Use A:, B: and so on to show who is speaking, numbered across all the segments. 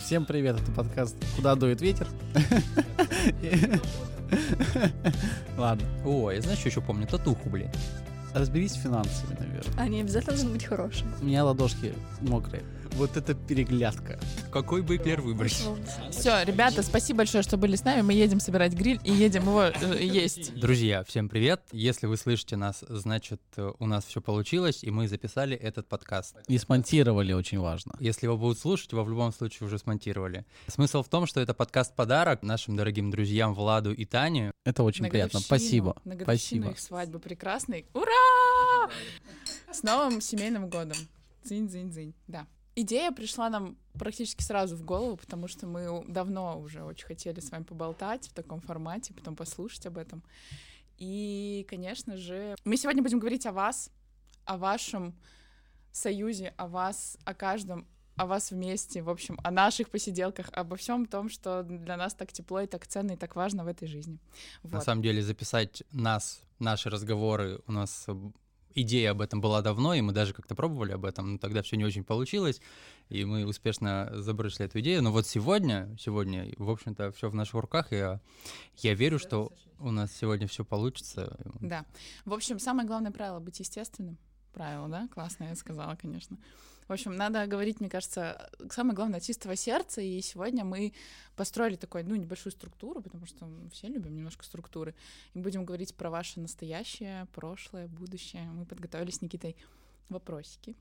A: Всем привет, это подкаст «Куда дует ветер». Ладно,
B: О, я знаешь, что еще помню? Татуху, блин.
A: разберись с финансами, наверное.
C: Они обязательно должны быть хорошие.
A: У меня ладошки мокрые. Вот это переглядка.
B: Какой бы эклер выбрать?
D: Все, ребята, спасибо большое, что были с нами. Мы едем собирать гриль и едем его э, есть.
B: Друзья, всем привет. Если вы слышите нас, значит, э, у нас все получилось, и мы записали этот подкаст.
A: И смонтировали очень важно.
B: Если его будут слушать, его в любом случае уже смонтировали. Смысл в том, что это подкаст-подарок нашим дорогим друзьям Владу и Тане.
A: Это очень
D: На
A: приятно.
D: годовщину-
A: Спасибо.
D: на годовщину
A: Спасибо.
D: их свадьбы прекрасной. Ура! С новым семейным годом. Дзынь-дзынь-дзынь. Да. Идея пришла нам практически сразу в голову, потому что мы у- давно уже очень хотели с вами поболтать в таком формате, потом послушать об этом. И, конечно же, мы сегодня будем говорить о вас, о вашем союзе, о вас, о каждом, о вас вместе, в общем, о наших посиделках, обо всем том, что для нас так тепло и так ценно и так важно в этой жизни.
B: На
D: Вот.
B: самом деле записать нас, наши разговоры, у нас э, идея об этом была давно, и мы даже как-то пробовали об этом, но тогда все не очень получилось, и мы успешно забросили эту идею. Но вот сегодня, сегодня, в общем-то, все в наших руках, и я, я верю, что у нас сегодня все получится.
D: Да. В общем, самое главное правило — быть естественным. Правило, да? Классно я сказала, конечно. В общем, надо говорить, мне кажется, самое главное от чистого сердца, и сегодня мы построили такой, ну, небольшую структуру, потому что мы все любим немножко структуры, и будем говорить про ваше настоящее, прошлое, будущее. Мы подготовили с Никитой вопросики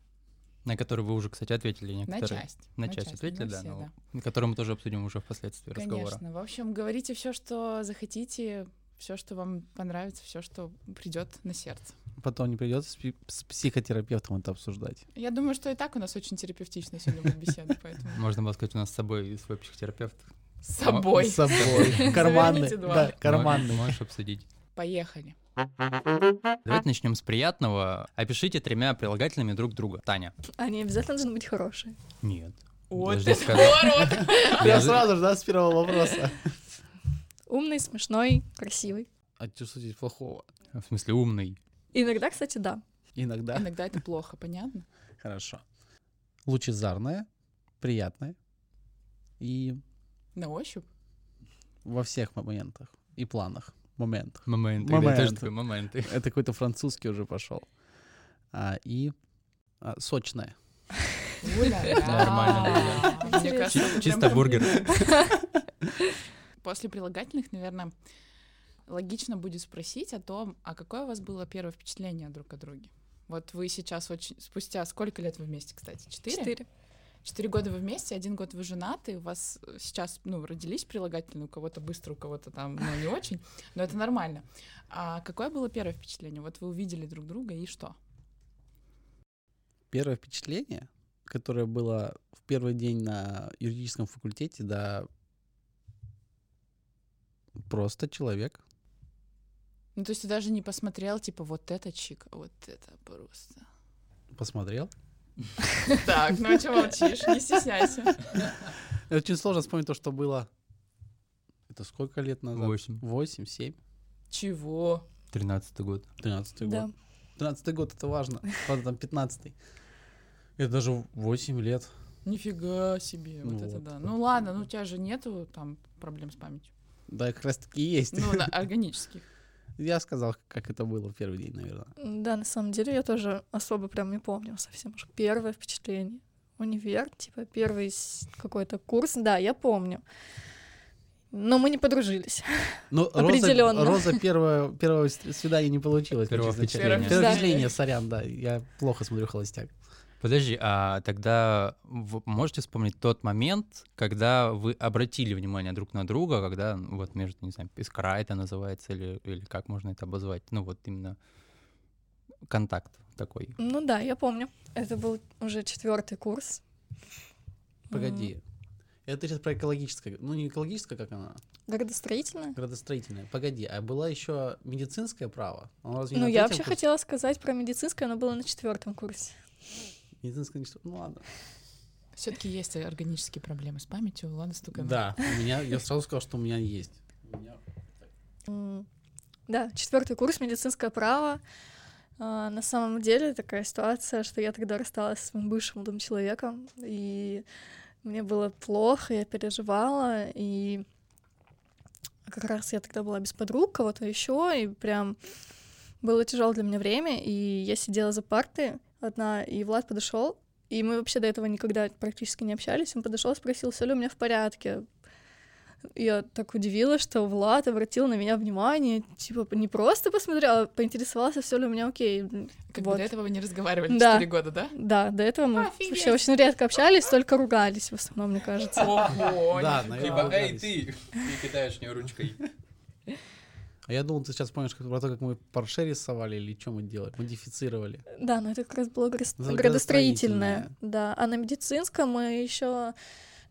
B: На которые вы уже, кстати, ответили
D: на
B: некоторые.
D: часть.
B: На часть ответили,
D: не
B: да,
D: все,
B: но которые мы тоже обсудим уже впоследствии разговора.
D: Конечно. В общем, говорите все, что захотите, все, что вам понравится, все, что придет на сердце.
A: Потом не придется с пи- с психотерапевтом это обсуждать.
D: Я думаю, что и так у нас очень терапевтичная сегодня будет беседа, поэтому
B: Можно было сказать, у нас с собой свой психотерапевт.
D: с собой.
A: С собой. Ну, Карманный.
D: Заверните,
A: Да,
D: Эдуард.
A: карманный.
B: Можешь обсудить.
D: Поехали.
B: Давайте начнем с приятного. Опишите тремя прилагательными друг друга. Таня.
C: Они обязательно должны быть хорошие.
B: Нет.
D: Вот
B: Подожди, сказать.
A: Я сразу же, да, с первого вопроса.
C: Умный, смешной, красивый.
A: А что судить плохого?
B: В смысле умный.
C: Иногда, кстати, да.
A: Иногда.
D: Иногда это плохо, понятно?
A: Хорошо. Лучезарное, приятное и
D: На ощупь.
A: во всех моментах и планах. Моментах.
B: Момент.
A: Момент.
B: тоже такой момент.
A: Это какой-то французский уже пошел. А, и а, сочное.
B: Нормально,
C: нормально.
D: Мне кажется, это прям
B: Чисто бургер.
D: После прилагательных, наверное, логично будет спросить о том, а какое у вас было первое впечатление друг о друге? Вот вы сейчас очень... Спустя сколько лет вы вместе, кстати? Четыре?
C: Четыре.
D: Четыре года вы вместе, один год вы женаты, у вас э, сейчас, ну, родились прилагательные, у кого-то быстро, у кого-то там, ну, не очень, но это нормально. А какое было первое впечатление? Вот вы увидели друг друга и что?
A: Первое впечатление, которое было в первый день на юридическом факультете, да, просто человек.
D: Ну, то есть ты даже не посмотрел, типа, вот это чик, а вот это просто.
A: Посмотрел.
D: Так, ну а чего молчишь? Не стесняйся.
A: Очень сложно вспомнить то, что было... Это сколько лет назад?
B: Восемь.
A: Восемь, семь,
D: Чего?
B: Тринадцатый год.
A: тринадцатый год.
C: Да.
A: 13 год, это важно. Ладно, там 15 Это даже 8 лет.
D: Нифига себе, вот
A: Ну
D: это
A: вот.
D: да. Ну ладно, ну у тебя же нету там проблем с памятью.
A: Да, как раз таки есть.
D: Ну, на- органических.
A: Я сказал, как это было в первый день, наверное.
C: Да, на самом деле я тоже особо прям не помню совсем уж первое впечатление. Универ, типа первый с- какой-то курс, да, я помню. Но мы не подружились.
A: Ну, Роза,
C: Определённо.
A: Роза первое, первого с- свидания не получилось.
B: Первого
A: честно говоря.
B: впечатления.
A: Первое
C: Да.
A: впечатление, сорян, да. Я плохо смотрю «Холостяк».
B: Подожди, а тогда вы можете вспомнить тот момент, когда вы обратили внимание друг на друга, когда ну, вот между, не знаю, искра это называется, или, или как можно это обозвать? Ну вот именно контакт такой.
C: Ну да, я помню. Это был уже четвертый курс.
A: Погоди. Это сейчас про экологическое. Ну, не экологическое, как она,
C: М, Градостроительное?
A: градостроительное. Погоди, а была еще медицинское право? Оно разве не
C: Ну,
A: на
C: я
A: третьем
C: вообще
A: курсе?
C: хотела сказать про медицинское, но было на четвертом курсе.
A: Медицинское не что- Ну, ладно.
D: Все-таки есть органические проблемы с памятью. Ладно, стукаем.
A: Да, у меня, я сразу сказал, что у меня есть. У меня
C: М, Да, четвертый курс медицинское право. А, На самом деле такая ситуация, что я тогда рассталась с своим бывшим молодым человеком, и Мне было плохо, я переживала, и как раз я тогда была без подруг, кого-то еще, и прям было тяжело для меня время, и я сидела за партой одна, и Влад подошел, и мы вообще до этого никогда практически не общались. Он подошел и спросил, все ли у меня в порядке. Я так удивилась, что Влад обратил на меня внимание, типа не просто посмотрел, а поинтересовался, все ли у меня окей.
D: Как бы
C: Вот.
D: до этого вы не разговаривали
C: Да.
D: 4 года, да?
C: Да, до этого мы
D: Офигеть!
C: вообще очень редко общались, только ругались в основном, мне кажется.
D: Ого,
A: Да,
D: ни-
A: наверное.
B: Типа, эй, ты! И кидаешь в нее ручкой.
A: А я думал, ты сейчас помнишь как, про то, как мы парше рисовали или что мы делали, модифицировали.
C: Да, но это как раз было грос-
A: Ну,
C: градостроительное.
A: градостроительное.
C: Да, а на медицинском мы еще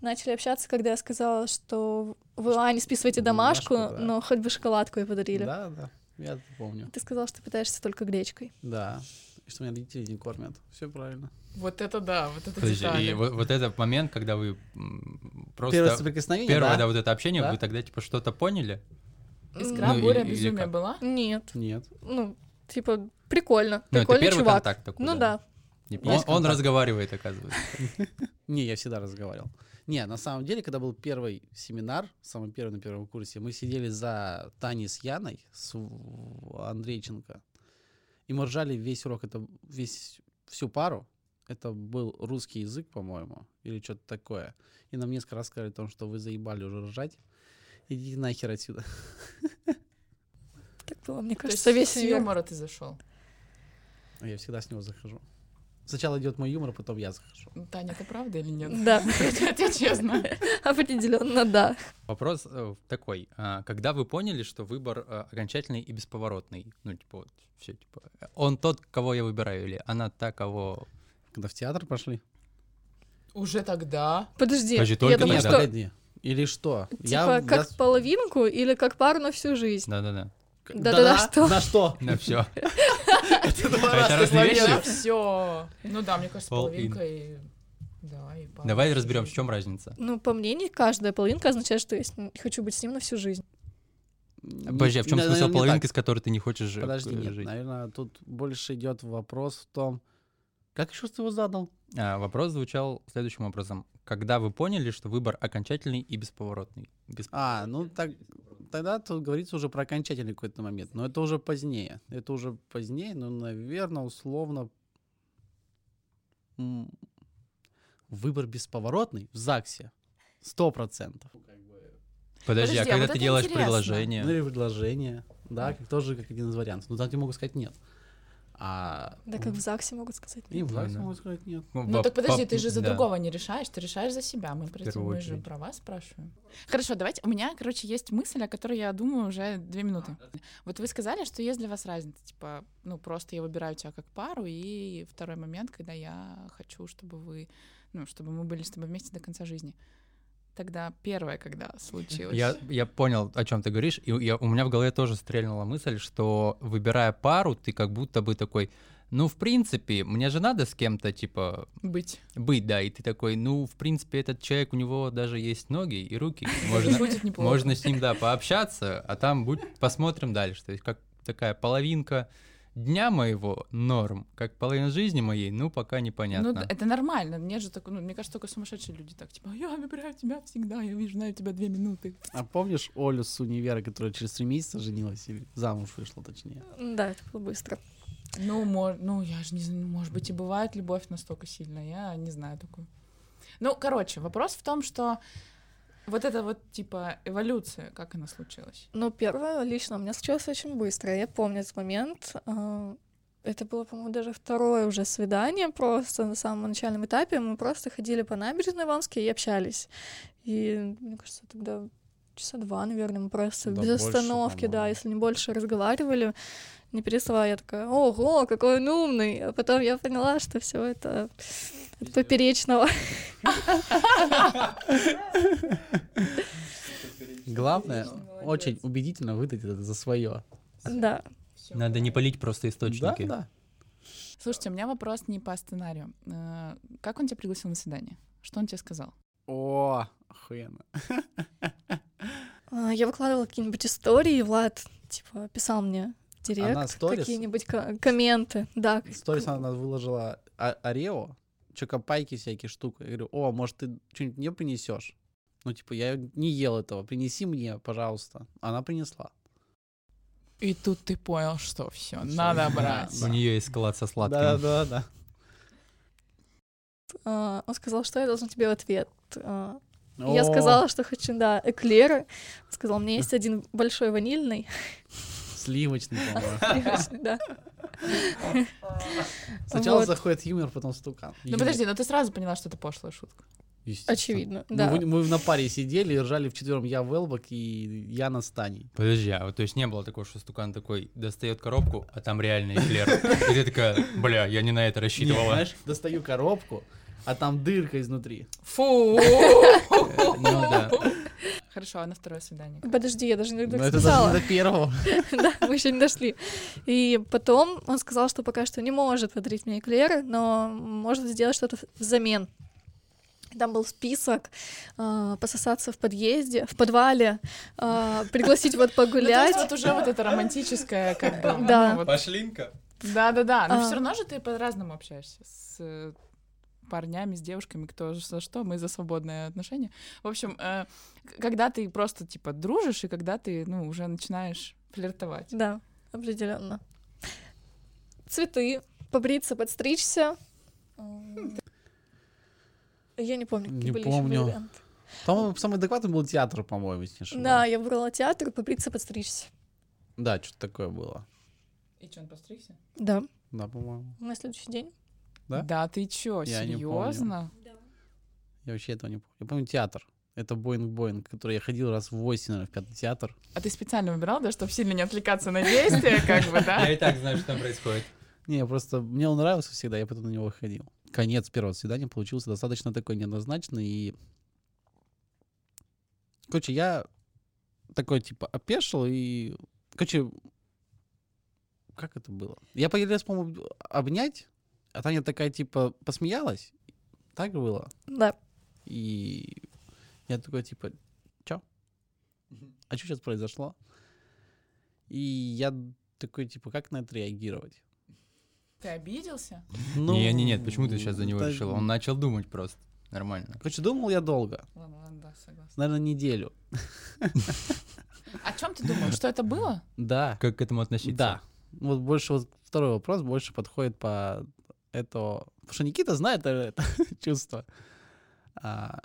C: начали общаться, когда я сказала, что вы, Аня, списываете домашку,
A: Домашку, да.
C: но хоть бы шоколадку и подарили.
A: Да, да, я это помню.
C: Ты сказал, что питаешься только гречкой.
A: Да. И что меня родители не кормят. Все правильно.
D: Вот это да, вот это
B: Подожди,
D: детали.
B: и вот, вот этот момент, когда вы м, просто...
A: Первое соприкосновение,
B: первое,
A: да?
B: да, вот это общение,
A: Да.
B: вы тогда типа что-то поняли?
D: Искра,
B: Ну, и-
D: буря,
B: или
D: безумие
B: как?
D: была?
C: Нет,
A: Нет.
C: ну, типа, прикольно,
B: Ну, это
C: прикольный
B: первый
C: чувак.
B: контакт такой.
C: ну да.
B: Не-
A: Есть
B: Он, он
A: контакт.
B: разговаривает, оказывается.
A: Не, я всегда разговаривал. Не, на самом деле, когда был первый семинар, самый первый на первом курсе, мы сидели за Таней с Яной, с В- Андрейченко, и мы ржали весь урок, это весь, всю пару. Это был русский язык, по-моему, или что-то такое. И нам несколько раз сказали о том, что вы заебали уже ржать. Идите нахер отсюда.
C: Так было, мне
D: То есть
C: кажется, весь
D: с
C: юмор.
D: юмора ты зашел.
A: А Я всегда с него захожу. Сначала идет мой юмор, а потом я захожу.
D: Таня, это правда или нет?
C: Да,
D: Я честно.
C: определенно, да.
B: Вопрос э, такой. а, Когда вы поняли, что выбор э, окончательный и бесповоротный? Ну, типа, вот, все, типа, э, он тот, кого я выбираю, или она та, кого...
A: Когда в театр пошли?
D: Уже тогда.
C: Подожди,
B: Подожди,
C: я
B: только
C: думаю,
A: Нет,
B: да.
C: что
A: погоди. Или что?
C: типа как
A: я-
C: половинку или как пару на всю жизнь.
B: Да-да-да.
C: Да-да-да, что?
A: На что?
B: На все.
A: раз
B: А Это разные
A: словила.
B: вещи?
D: все. Ну да, мне кажется,
B: All in.
D: половинка и... Да, и пара.
B: Давай разберем, в чем разница.
C: Ну, по мнению, каждая половинка означает, что я с ним- хочу быть с ним на всю жизнь.
B: Подожди, а в чем
A: Не- наверное,
B: смысл
A: не
B: половинки,
A: так.
B: с которой ты не хочешь э,
A: Подожди, нет,
B: жить?
A: наверное, тут больше идет вопрос в том, как еще ты его задал?
B: А, Вопрос звучал следующим образом. Когда вы поняли, что выбор окончательный и бесповоротный? Бес-
A: А, ну так, тогда тут говорится уже про окончательный какой-то момент, но это уже позднее, это уже позднее, ну, наверное, условно, м, выбор бесповоротный в ЗАГСе, сто процентов.
B: Подожди,
D: Подожди, а
B: а когда
D: вот
B: ты
D: это
B: делаешь
D: интересно.
A: Ну
B: предложение?
A: или предложение, да, как тоже как один из вариантов, но там тебе могут сказать нет. А,
C: Да как в ЗАГСе могут сказать.
A: И в ЗАГСе
B: Ладно.
A: могут сказать нет.
D: Ну так подожди, ты же за
B: да.
D: другого не решаешь, ты решаешь за себя. Мы, против-
B: первую
D: мы же
B: очередь.
D: про вас спрашиваем. Хорошо, давайте. У меня, короче, есть мысль, о которой я думаю уже две минуты. Вот вы сказали, что есть для вас разница. Типа, ну просто я выбираю тебя как пару, и второй момент, когда я хочу, чтобы вы, ну, чтобы мы были с тобой вместе до конца жизни. Тогда первое, когда случилось.
B: Я, я понял, о чем ты говоришь, и я, у меня в голове тоже стрельнула мысль, что выбирая пару, ты как будто бы такой, ну, в принципе, мне же надо с кем-то, типа,
D: Быть.
B: быть, да, и ты такой, ну, в принципе, этот человек, у него даже есть ноги и руки,
D: Это
B: можно,
D: Будет неплохо.
B: можно с ним, да, пообщаться, а там будь, посмотрим дальше, то есть как такая половинка дня моего норм, как половина жизни моей, ну, пока непонятно.
D: Ну, д- это нормально. Мне же так, ну, мне кажется, только сумасшедшие люди так, типа, я выбираю тебя всегда, я вижу, знаю тебя две минуты.
A: А помнишь Олю с универа, которая через три месяца женилась или замуж вышла, точнее?
C: Да, это было быстро.
D: Ну, мор- ну, я же не знаю, может быть, и бывает любовь настолько сильная, я не знаю такую. Ну, короче, вопрос в том, что вот это вот, типа, эволюция, как она случилась?
C: Но Ну, первое лично у меня случилось очень быстро. Я помню этот момент. А, Это было, по-моему, даже второе уже свидание просто на самом начальном этапе. Мы просто ходили по набережной в Омске и общались. И, мне кажется, тогда часа два, наверное, мы просто
A: Да,
C: без
A: больше,
C: остановки, да,
A: по-моему.
C: если не больше, разговаривали. Не переставая, я такая, ого, какой он умный. А потом я поняла, что все это от поперечного.
A: Главное, очень убедительно выдать это за свое.
C: Да.
B: Надо не палить просто источники.
A: Да,
D: Слушайте, у меня вопрос не по сценарию. Э, Как он тебя пригласил на свидание? Что он тебе сказал?
A: да. О, охуенно.
C: А, Я выкладывала какие-нибудь истории, и Влад, типа, писал мне в директ
A: Она сторис?
C: какие-нибудь ко- комменты, да.
A: Сторис она выложила а- Орео, чокопайки всякие штуки. Я говорю, о, может, ты что-нибудь мне принесешь? Ну, типа, я не ел этого, принеси мне, пожалуйста. Она принесла.
D: И тут ты понял, что все,
A: Всё, да,
D: надо брать.
B: У нее есть склад со сладким.
A: Да-да-да.
C: А, Он сказал, что я должен тебе в ответ. А, и Я сказала, что хочу, да, эклеры. Он сказал, мне есть один большой ванильный.
A: Сливочный, по-моему.
C: Привычный, да.
A: Сначала
C: Вот.
A: заходит юмор, потом стукан.
D: Ну подожди, но ты сразу поняла, что это пошлая шутка.
A: Естественно.
C: Очевидно,
A: Ну,
C: да.
A: вы- мы, на паре сидели и ржали вчетвером. Я Велбок и Яна с Таней.
B: Подожди, а вот, то есть не было такого, что стукан такой достает коробку, а там реальный эклер. И ты такая, бля, я не на это
A: Нет,
B: рассчитывала.
A: знаешь, достаю коробку, а там дырка изнутри. Э,
D: Фу!
B: Ну да.
D: Хорошо, а на второе свидание?
C: Подожди, я даже не
A: Но Ну, это
C: сказала.
A: даже не до первого.
C: Да, мы еще не дошли. И потом он сказал, что пока что не может подарить мне эклеры, но может сделать что-то взамен. Там был список а, пососаться в подъезде, в подвале, а, пригласить вот
D: Ну, то есть
C: погулять.
D: вот уже вот это романтическое, как бы.
C: Да.
D: ну, вот
B: Пошлинка.
D: Да, да, да. Но
C: А.
D: все равно же ты по-разному общаешься с э, парнями, с девушками, кто ж за что, мы за свободные отношения. В общем, э, к- когда ты просто типа дружишь и когда ты, ну, уже начинаешь флиртовать.
C: Да, определенно. Цветы, побриться, подстричься. М, Я не помню, какие
A: Не
C: были ещё
A: помню.
C: варианты.
A: По-моему, самый адекватный был театр, по-моему, если не
C: Да,
A: ошибаюсь.
C: я выбрала театр, побриться, подстричься.
A: Да, что-то такое было.
D: И что, он постригся?
C: Да,
A: Да, по-моему.
C: на следующий день.
A: Да?
D: Да, ты чё,
A: Я не помню.
D: серьезно?
A: Я вообще этого не помню. Я помню театр. Это Боинг-Боинг, который я ходил раз в 8, наверное, в пятый театр.
D: А ты специально выбирал, да, чтобы сильно не отвлекаться на действия, как бы, да?
B: Я и так знаю, что там происходит.
A: Не, я просто мне он нравился всегда, я потом на него ходил. Конец первого свидания получился достаточно такой неоднозначный и... Короче, я такой, типа, опешил и... Короче, как это было? Я поделилась, по-моему, обнять, а Таня такая, типа, посмеялась. Так было.
C: Да,
A: И я такой, типа, чё? А что сейчас произошло? И я такой, типа, как на это реагировать?
D: Ты обиделся?
A: Ну,
B: Не, не, нет, почему ты сейчас за него
A: да,
B: решила? Он начал думать просто. Нормально.
A: Короче, думал я долго,
D: Ладно, ладно, да, согласна.
A: наверное, неделю.
D: О чем ты думал? Что это было?
A: Да,
B: Как к этому относиться?
A: да. Вот больше вот второй вопрос больше подходит по этого... Потому что Никита знает э, это чувство. А,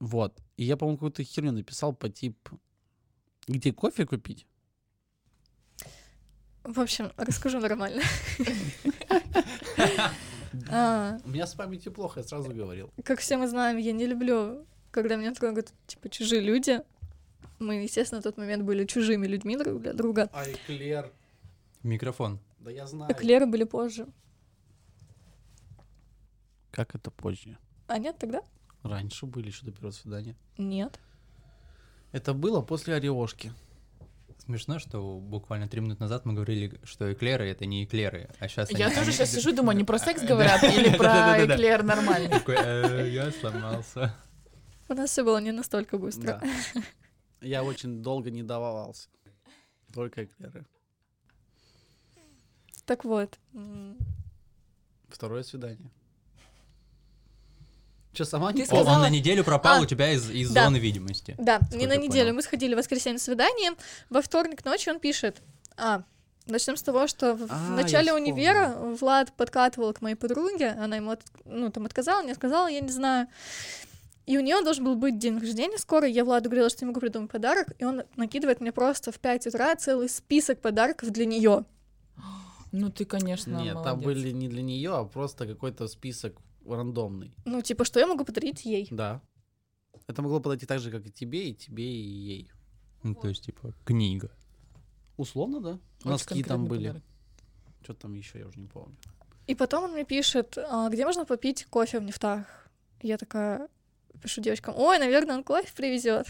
A: вот. И я, по-моему, какую-то херню написал по типу где кофе купить?
C: В общем, расскажу нормально. А,
A: У меня с памятью плохо, я сразу говорил.
C: Как все мы знаем, я не люблю, когда меня трогают, типа, чужие люди. Мы, естественно, в тот момент были чужими людьми друг для друга.
A: А эклер?
B: Микрофон.
A: Да я знаю.
C: Эклеры были позже.
A: Как это позже?
C: А нет тогда?
A: Раньше были еще до первого свидания.
C: Нет.
A: Это было после Орешки.
B: Смешно, что буквально три минуты назад мы говорили, что эклеры это не эклеры, а сейчас
D: Я тоже сейчас сижу и думаю, они про секс говорят или про
B: Да-да-да-да.
D: эклер нормальный?
B: «Э, Я сломался.
C: У нас все было не настолько быстро.
A: Да. Я очень долго не давался. Только эклеры.
C: Так вот. м,
A: Второе свидание. Че, сама не
D: Ты
B: О,
A: помнишь?
B: Он
D: Сказала-
B: на неделю пропал
C: А,
B: у тебя из, из
C: да.
B: зоны видимости.
C: Да, не
B: я
C: на неделю.
B: понял.
C: Мы сходили в воскресенье на свидание. Во вторник ночью он пишет. А, начнем с того, что в, в
A: А, я
C: начале
A: вспомнил.
C: универа Влад подкатывал к моей подруге. Она ему от- ну, там отказала, не отказала, я не знаю. И у нее должен был быть день рождения скоро. Я Владу говорила, что не могу придумать подарок. И он накидывает мне просто в 5 утра целый список подарков для нее.
D: Ну ты, конечно,
A: Нет, там
D: молодец.
A: были не для нее, а просто какой-то список рандомный.
C: Ну, типа, что я могу подарить ей?
A: Да. Это могло подойти так же, как и тебе, и тебе, и ей.
B: Ну, то есть, типа, книга.
A: Условно, да?
D: Очень
A: Носки там
D: конкретный
A: были.
D: подарок.
A: Что там еще, я уже не помню.
C: И потом он мне пишет, «А, где можно попить кофе в нефтах? Я такая пишу девочкам, ой, наверное, он кофе привезет.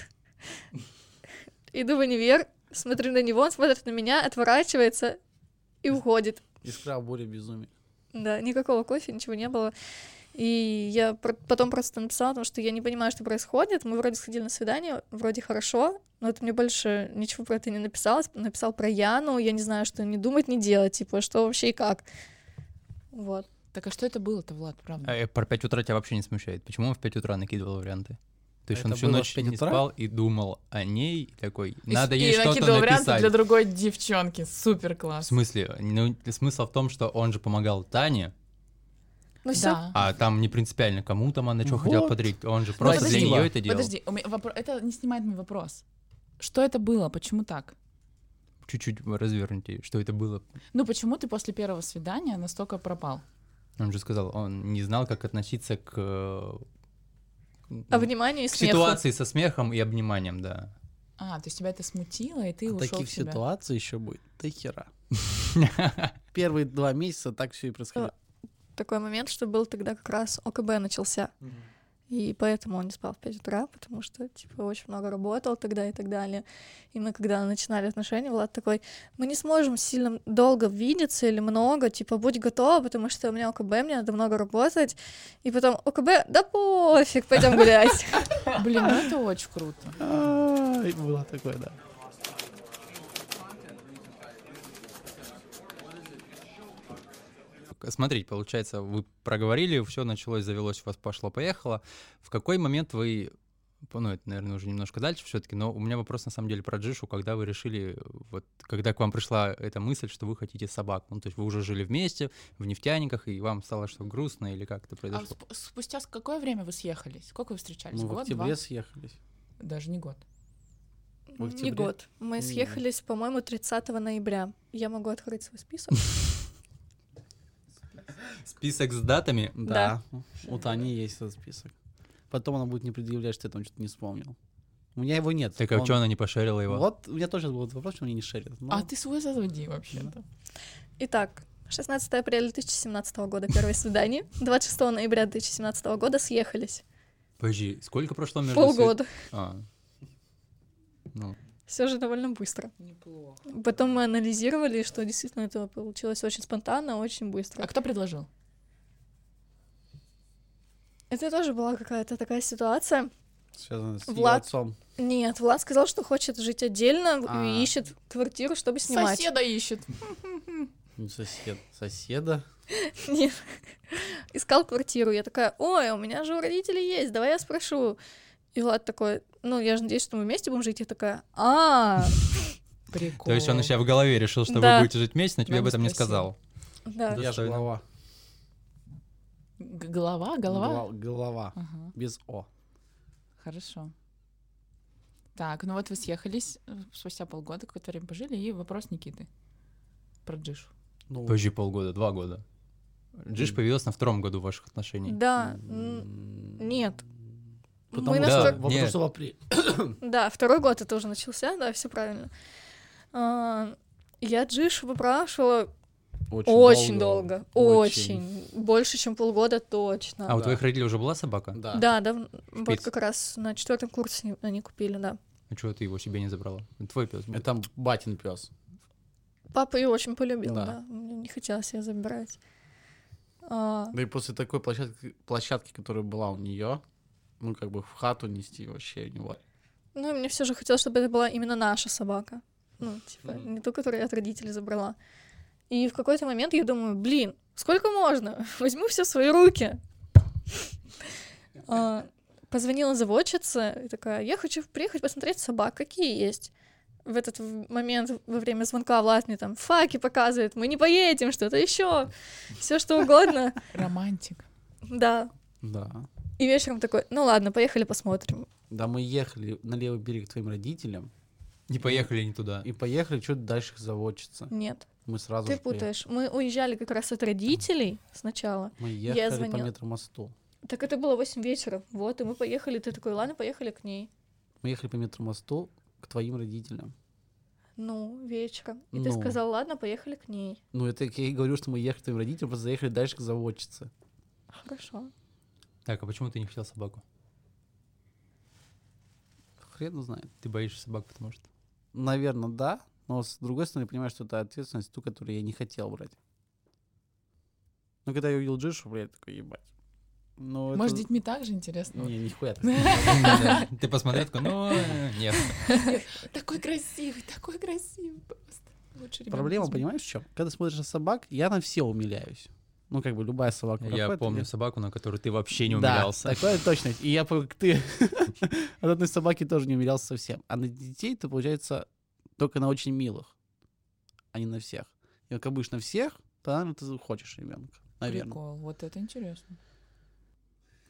C: Иду в универ, смотрю на него, он смотрит на меня, отворачивается и уходит.
A: Искра буря безумия.
C: Да, никакого кофе, ничего не было. И я про- потом просто написала, потому что я не понимаю, что происходит. Мы вроде сходили на свидание, вроде хорошо, но ты мне больше ничего про это не написал. Написал про Яну, я не знаю, что не думать, не делать, типа, что вообще и как. Вот.
D: Так а что это было-то, Влад, правда?
B: Э, Про 5 утра тебя вообще не смущает. Почему он в 5 утра накидывал варианты? То есть он
A: Это
B: всю
A: было в
B: ночь
A: 5
B: не
A: утра?
B: спал и думал о ней, и такой,
D: И с-
B: надо ей
D: и накидывал
B: что-то
D: варианты
B: написать.
D: для другой девчонки. Супер
B: В
D: класс.
B: смысле? Ну, смысл в том, что он же помогал Тане,
C: Ну все,
D: Да.
B: а там не принципиально, кому там она что хотела
A: Вот.
B: подарить. Он же просто для
A: подожди,
B: нее это делал.
D: Подожди, у меня вопро- это не снимает мой вопрос. Что это было? Почему так?
B: Чуть-чуть разверните, что это было.
D: Ну почему ты после первого свидания настолько пропал?
B: Он же сказал, он не знал, как относиться к, э,
C: а внимание и
B: к
C: смех.
B: ситуации со смехом и обниманием, да.
D: А, то есть тебя это смутило, и ты
A: А
D: ушел
A: таких
D: в себя.
A: ситуаций еще будет до хера. Первые два месяца так все и происходило.
C: Такой момент, что был тогда как раз ОКБ начался. И поэтому он не спал в 5 утра, потому что, типа, очень много работал тогда и так далее. И мы, когда начинали отношения, Влад такой, мы не сможем сильно долго видеться или много, типа, будь готова, потому что у меня ОКБ, мне надо много работать. И потом ОКБ, да пофиг, пойдем гулять.
D: Блин, ну это очень круто.
A: Ай, Было такое, да.
B: Смотрите, получается, вы проговорили, все началось, завелось, у вас пошло-поехало. В какой момент вы, ну, это, наверное, уже немножко дальше все-таки, но у меня вопрос, на самом деле, про Джишу, когда вы решили, вот, когда к вам пришла эта мысль, что вы хотите собак? Ну, то есть вы уже жили вместе, в нефтяниках, и вам стало что грустно, или как это
D: А
B: произошло?
D: сп- спустя с- какое время вы съехались? Сколько вы встречались?
A: Мы в
D: год,
A: октябре
D: два?
A: съехались.
D: Даже не год.
A: В
C: Не
A: октябре?
C: год. Мы
A: Не.
C: съехались, по-моему, 30 ноября. Я могу открыть свой список.
B: Список с датами?
A: Да. У Тани есть этот список. Потом она будет не предъявлять, что я там что-то не вспомнил. У меня его нет.
B: Так а
A: Он-
B: чё она не пошерила его?
A: Вот, у меня тоже был этот вопрос, что мне не Ну, шерит. но-
D: А ты свой заводи вообще-то.
C: Итак, 16 апреля 2017 года первое свидание, 26 ноября 2017 года съехались.
B: Подожди, сколько прошло между... сви-
C: Полгода.
B: А. Ну,
C: Все же довольно быстро.
D: Неплохо.
C: Потом мы анализировали, что действительно это получилось очень спонтанно, очень быстро.
D: А кто предложил?
C: Это тоже была какая-то такая ситуация.
A: Связано с её
C: Влад-
A: отцом.
C: Нет, Влад сказал, что хочет жить отдельно
A: А.
C: и ищет квартиру, чтобы снимать.
D: Соседа ищет.
A: Ну, сосед. Соседа.
C: Нет. Искал квартиру. Я такая, ой, у меня же у родителей есть, давай я спрошу. И Влад такой, ну, я же надеюсь, что мы вместе будем жить. Я такая, а
D: Прикол.
B: то есть он у себя в голове решил, что
C: Да.
B: вы будете жить вместе, но тебе
D: Нам
B: об этом не
D: спросил.
B: сказал.
C: да.
B: Да.
A: Я же
B: Достойно.
A: голова.
D: Г- Голова, голова?
A: Гла- Голова.
D: Ага,
A: Без О.
D: хорошо. Так, ну вот вы съехались э, спустя полгода, какое-то время пожили, и вопрос Никиты про Джишу.
A: Ну,
B: Позже полгода, два года. Джиш
A: М.
B: появилась на втором году ваших отношений.
C: Да, м,
A: м,
C: А, нет.
A: Потому
C: Мы
A: что,
B: настолько-
A: потому
B: нет.
A: что в апреле.
C: Да, второй год это уже начался, да, все правильно. А, Я Джиш выпрашивала очень долго, очень, больше, чем полгода
B: А
C: точно.
B: у
A: да.
B: твоих родителей уже была собака?
A: Да.
C: Да, да, вот
B: Шпиц.
C: как раз на четвертом курсе они купили, да.
B: А чего ты его себе не забрала? Это Твой пес. был.
A: Это батин пес.
C: Папа ее очень полюбил,
A: Да.
C: да. Мне не хотелось ее забирать. А,
A: Да и после такой площадки, площадки, которая была у нее, ну, как бы в хату нести вообще не вот.
C: ну, и мне все же хотелось, чтобы это была именно наша собака. Ну, типа,
A: Мгм.
C: не ту, которую я от родителей забрала. И в какой-то момент я думаю, блин, сколько можно? Возьму все в свои руки. А, Позвонила заводчица и такая, я хочу приехать посмотреть собак, какие есть. В этот в- момент во время звонка Влад мне там факи показывает, мы не поедем, что-то еще, все что угодно.
D: Романтик.
C: Да,
A: Да.
C: И вечером такой, ну ладно, поехали посмотрим.
A: Да, мы ехали на левый берег к твоим родителям
B: Не поехали не туда.
A: и поехали чуть дальше к заводчице.
C: Нет,
A: Мы сразу
C: ты
A: же поехали.
C: путаешь. Мы уезжали как раз от родителей сначала.
A: Мы
C: Я
A: ехали по
C: звонила.
A: метромосту.
C: Так это было 8 вечера. Вот, и мы поехали. Ты такой, ладно, поехали к ней.
A: Мы ехали по метромосту к твоим родителям.
C: Ну, вечером. И ты
A: Ну.
C: сказал, ладно, поехали к ней.
A: Ну, это я и говорю, что мы ехали к твоим родителям, просто заехали дальше к заводчице.
C: Хорошо.
B: Так, а почему ты не хотел собаку?
A: Хрен его знает.
B: Ты боишься собак, потому что...
A: Наверное, да. Но с другой стороны, я понимаю, что это ответственность, ту, которую я не хотел брать. Но когда я увидел Джишу, блядь, такой, ебать. Ну, это-
D: Может, с детьми так же интересно?
A: Не, нихуя так.
B: Да, Ты посмотрел, такой, ну, э, нет.
D: Такой красивый, такой красивый просто. Лучше ребенка
A: Проблема,
D: возьми.
A: понимаешь, в чем? Когда смотришь на собак, я на все умиляюсь. Ну, как бы любая собака.
B: Я
A: проходит,
B: помню
A: и-
B: собаку, на которую ты вообще не
A: Да,
B: умилялся.
A: такое точно. И я помню, ты от одной собаки тоже не умилялся совсем. А на детей ты, получается, только на очень милых, а не на всех. И вот как будешь на всех, то, наверное, ты хочешь ребенка. Наверное.
D: Прикол, вот это интересно.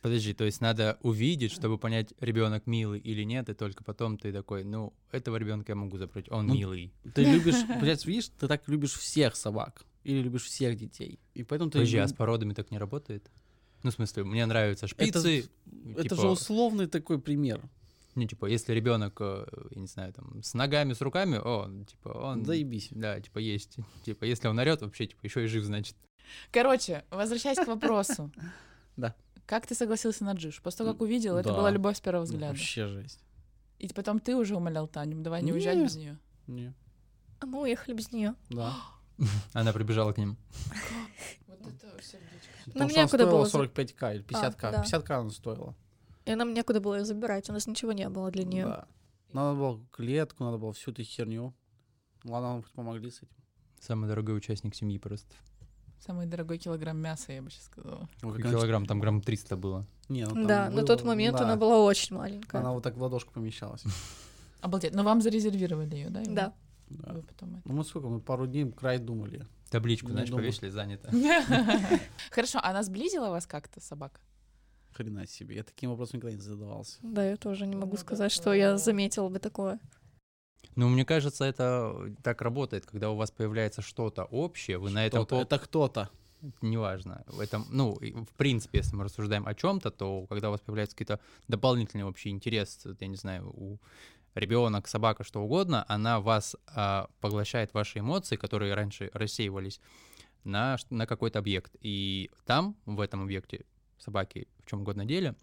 B: Подожди, то есть надо увидеть, чтобы понять, ребенок милый или нет, и только потом ты такой, ну, этого ребенка я могу запретить, он
A: Ну,
B: милый.
A: Ты любишь, получается, видишь, ты так любишь всех собак или любишь всех детей. И поэтому ты...
B: Подожди, а
A: люб-
B: с породами так не работает? Ну, в смысле, мне нравятся
A: Это-
B: шпицы.
A: Это
B: типа,
A: же условный такой пример.
B: Ну, типа, если ребенок, э, я не знаю, там, с ногами, с руками, о, типа, он...
A: Заебись.
B: Да, типа, есть. Типа, если он орет, вообще, типа, еще и жив, значит.
D: Короче, возвращаясь к вопросу.
A: Да.
D: Как ты согласился на Джиш? После того, как увидел, это
A: Да.
D: была любовь с первого
A: Ну,
D: взгляда.
A: Вообще жесть.
D: И потом ты уже умолял Таню, «Ну, давай не
A: Не.
D: уезжать без нее.
A: Не.
C: А мы уехали без нее.
A: Да.
B: Она прибежала к ним.
D: Вот это сердечко.
A: Потому
C: Нам
A: что она
C: некуда
A: стоила
C: было за- А,
A: 45к или 50к.
C: да.
A: 50к она стоила.
C: И нам некуда было ее забирать, у нас ничего не было для нее.
A: Да. Надо было клетку, надо было всю эту херню. Ладно, нам хоть помогли с этим.
B: Самый дорогой участник семьи просто.
D: Самый дорогой килограмм мяса, я бы сейчас сказала.
A: Ой, Ну, как она
B: Килограмм, там грамм 300 было.
A: ч- Не, ну, там
C: Да, на
A: было-
C: тот момент
A: да.
C: она была очень маленькая.
A: Она вот так в ладошку помещалась. Ну,
D: Обалдеть. Но вам зарезервировали ее, да? Иван?
C: Да.
A: Да.
D: Вы потом это-
A: Ну мы сколько, мы пару дней край думали.
B: Табличку,
A: Не
B: знаешь,
A: думал.
B: повесили, занято.
D: Хорошо, а она сблизила вас как-то, собака?
A: Хрена себе. Я таким вопросом никогда не задавался.
C: Да, я тоже не
D: Ну
C: могу
D: да,
C: сказать,
D: да,
C: что я
D: да.
C: заметила бы такое.
B: Ну, мне кажется, это так работает, когда у вас появляется что-то общее, вы на этом...
A: Кто-то- Это кто-то.
B: неважно. В этом, ну, и в принципе, если мы рассуждаем о чем-то, то когда у вас появляются какие-то дополнительные вообще интересы, вот я не знаю, у ребенок, собака, что угодно, она вас а, поглощает ваши эмоции, которые раньше рассеивались на, ш- на какой-то объект. И там, в этом объекте, собаки, в чем угодно деле,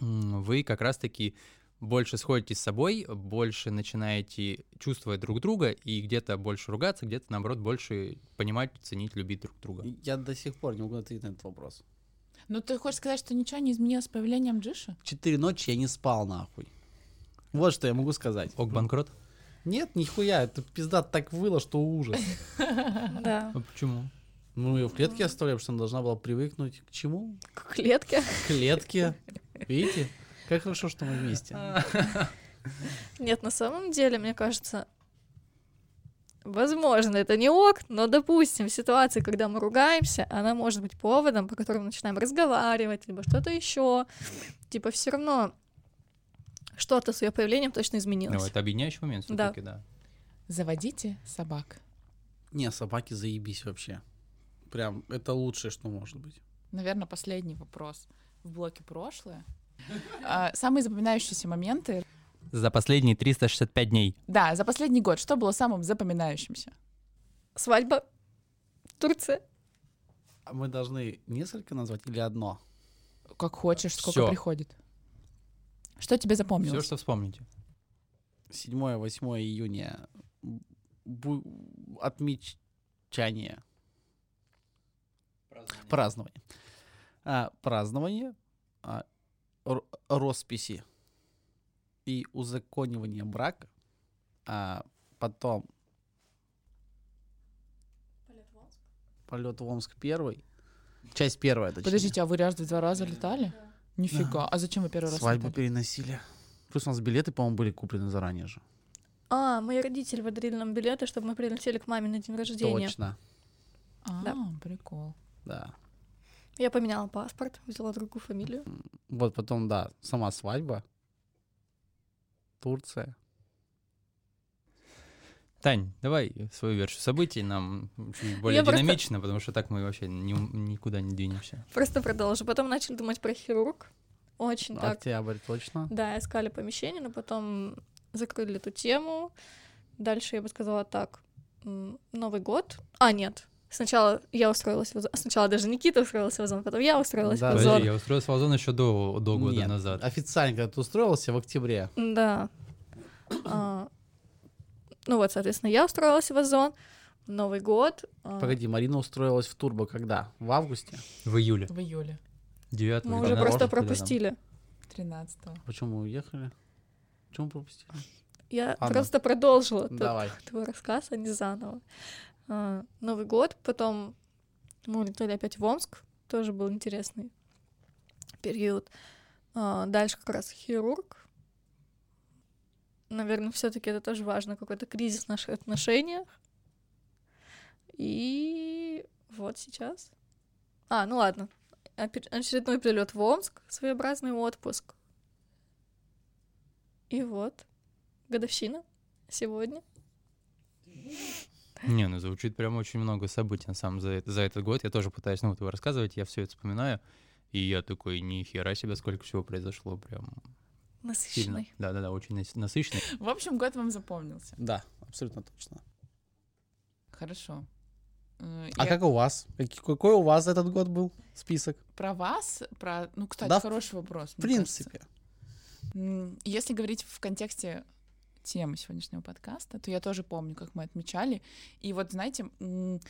B: м, вы как раз-таки больше сходитесь с собой, больше начинаете чувствовать друг друга и где-то больше ругаться, где-то, наоборот, больше понимать, ценить, любить друг друга.
A: Я до сих пор не могу ответить на этот вопрос.
D: Ну, ты хочешь сказать, что ничего не изменилось с появлением Джиши?
A: Четыре ночи я не спал нахуй. Вот что я могу сказать.
B: Ок, банкрот?
A: Нет, нихуя, это пизда так выла, что ужас.
C: Да.
B: почему?
A: Ну, ее в клетке оставляю, потому что она должна была привыкнуть к чему?
C: К клетке.
A: К клетке. Видите? Как хорошо, что мы вместе.
C: Нет, на самом деле, мне кажется, возможно, это не ок, но, допустим, в ситуации, когда мы ругаемся, она может быть поводом, по которому начинаем разговаривать, либо что-то еще. Типа все равно что-то с ее появлением точно изменилось.
B: Ну, это объединяющий момент
C: Да.
B: все-таки, да.
D: Заводите собак.
A: Не, собаки заебись вообще. Прям, это лучшее, что может быть.
D: Наверное, последний вопрос в блоке прошлое. А, Самые запоминающиеся моменты.
B: За последние 365 дней.
D: Да, за последний год что было самым запоминающимся?
C: Свадьба, Турция.
A: А мы должны несколько назвать или одно?
D: Как хочешь, сколько
B: Всё.
D: приходит. Что тебе
B: Все,
D: запомнилось?
B: что вспомните.
A: 7-8 июня. Бу- Отмечание. Празднование. А, празднование, а, р- росписи и узаконивание брака, а потом полет в Омск первый. Часть первая, точнее.
D: Подождите, а вы раз в два раза летали? Нифига. А зачем вы первый раз
A: Свадьбу
D: летали?
A: переносили. Плюс у нас билеты, по-моему, были куплены заранее же.
C: А, мои родители подарили нам билеты, чтобы мы прилетели к маме на день рождения.
A: Точно.
D: А,
C: Да.
D: прикол.
A: Да.
C: Я поменяла паспорт, взяла другую фамилию.
A: Вот потом, да, сама свадьба. Турция.
B: Тань, давай свою версию событий нам чуть более
C: Я просто-
B: динамично, потому что так мы вообще ни- никуда не двинемся.
C: Просто продолжу. Потом начали думать про хирург.
D: Ну
A: А
C: Очень так.
A: Октябрь, точно.
C: Да, искали помещение, но потом закрыли эту тему. Дальше я бы сказала так. м, Новый год. А, нет. Сначала я устроилась в Озон. Сначала даже Никита устроилась в Озон, потом я устроилась
A: Да,
C: в
B: Подожди,
C: Озон.
B: я устроился в Озон еще до, до года
A: Нет,
B: назад.
A: Официально, когда ты устроился в октябре.
C: Да. А, ну вот, соответственно, я устроилась в Озон. Новый год. а,
A: Погоди, Марина устроилась в турбо когда? В августе?
B: В июле.
D: В июле
B: 9
C: Мы уже
A: Она
C: просто пропустили.
D: 13
A: Почему мы уехали? Почему пропустили?
C: Я
A: Анна.
C: просто продолжила тот
A: Давай.
C: твой рассказ, а не заново. А, Новый год, потом Мы улетели опять в Омск, тоже был интересный период. А, Дальше как раз хирург. Наверное, все таки это тоже важно, какой-то кризис в наших отношениях. И вот сейчас. А, ну ладно. Опер- Очередной прилет в Омск, своеобразный отпуск. И вот, годовщина сегодня.
B: Не, ну звучит прям очень много событий, на самом за, за этот год. Я тоже пытаюсь, ну, вот вы рассказываете, я все это вспоминаю. И я такой, нихера себе, сколько всего произошло, прям сильно.
C: Насыщенный.
B: Да-да-да, очень нас- насыщенно.
D: В общем, год вам запомнился.
A: Да, абсолютно точно.
D: Хорошо. Э,
A: А
D: я
A: как у вас? Каки- Какой у вас этот год был список?
D: Про вас, про... Ну, кстати,
A: Да, в-
D: хороший вопрос.
A: В
D: мне кажется.
A: принципе.
D: М, Если говорить в контексте темы сегодняшнего подкаста, то я тоже помню, как мы отмечали. И вот, знаете, м,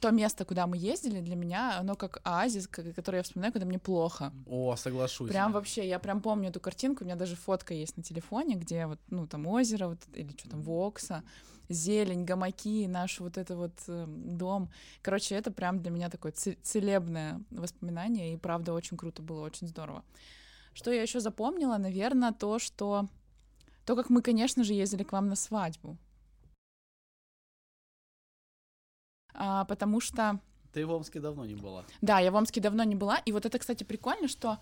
D: то место, куда мы ездили, для меня, оно как оазис, ко- который я вспоминаю, когда мне плохо.
A: О, соглашусь.
D: Прям вообще, я прям помню эту картинку, у меня даже фотка есть на телефоне, где вот, ну, там озеро, вот, или что там, Вокса, зелень, гамаки, наш вот это вот э, дом. Короче, это прям для меня такое ц- целебное воспоминание, и правда очень круто было, очень здорово. Что я еще запомнила, наверное, то, что... То, как мы, конечно же, ездили к вам на свадьбу. А, потому что...
A: Ты в Омске давно не была.
D: Да, я в Омске давно не была. И вот это, кстати, прикольно, что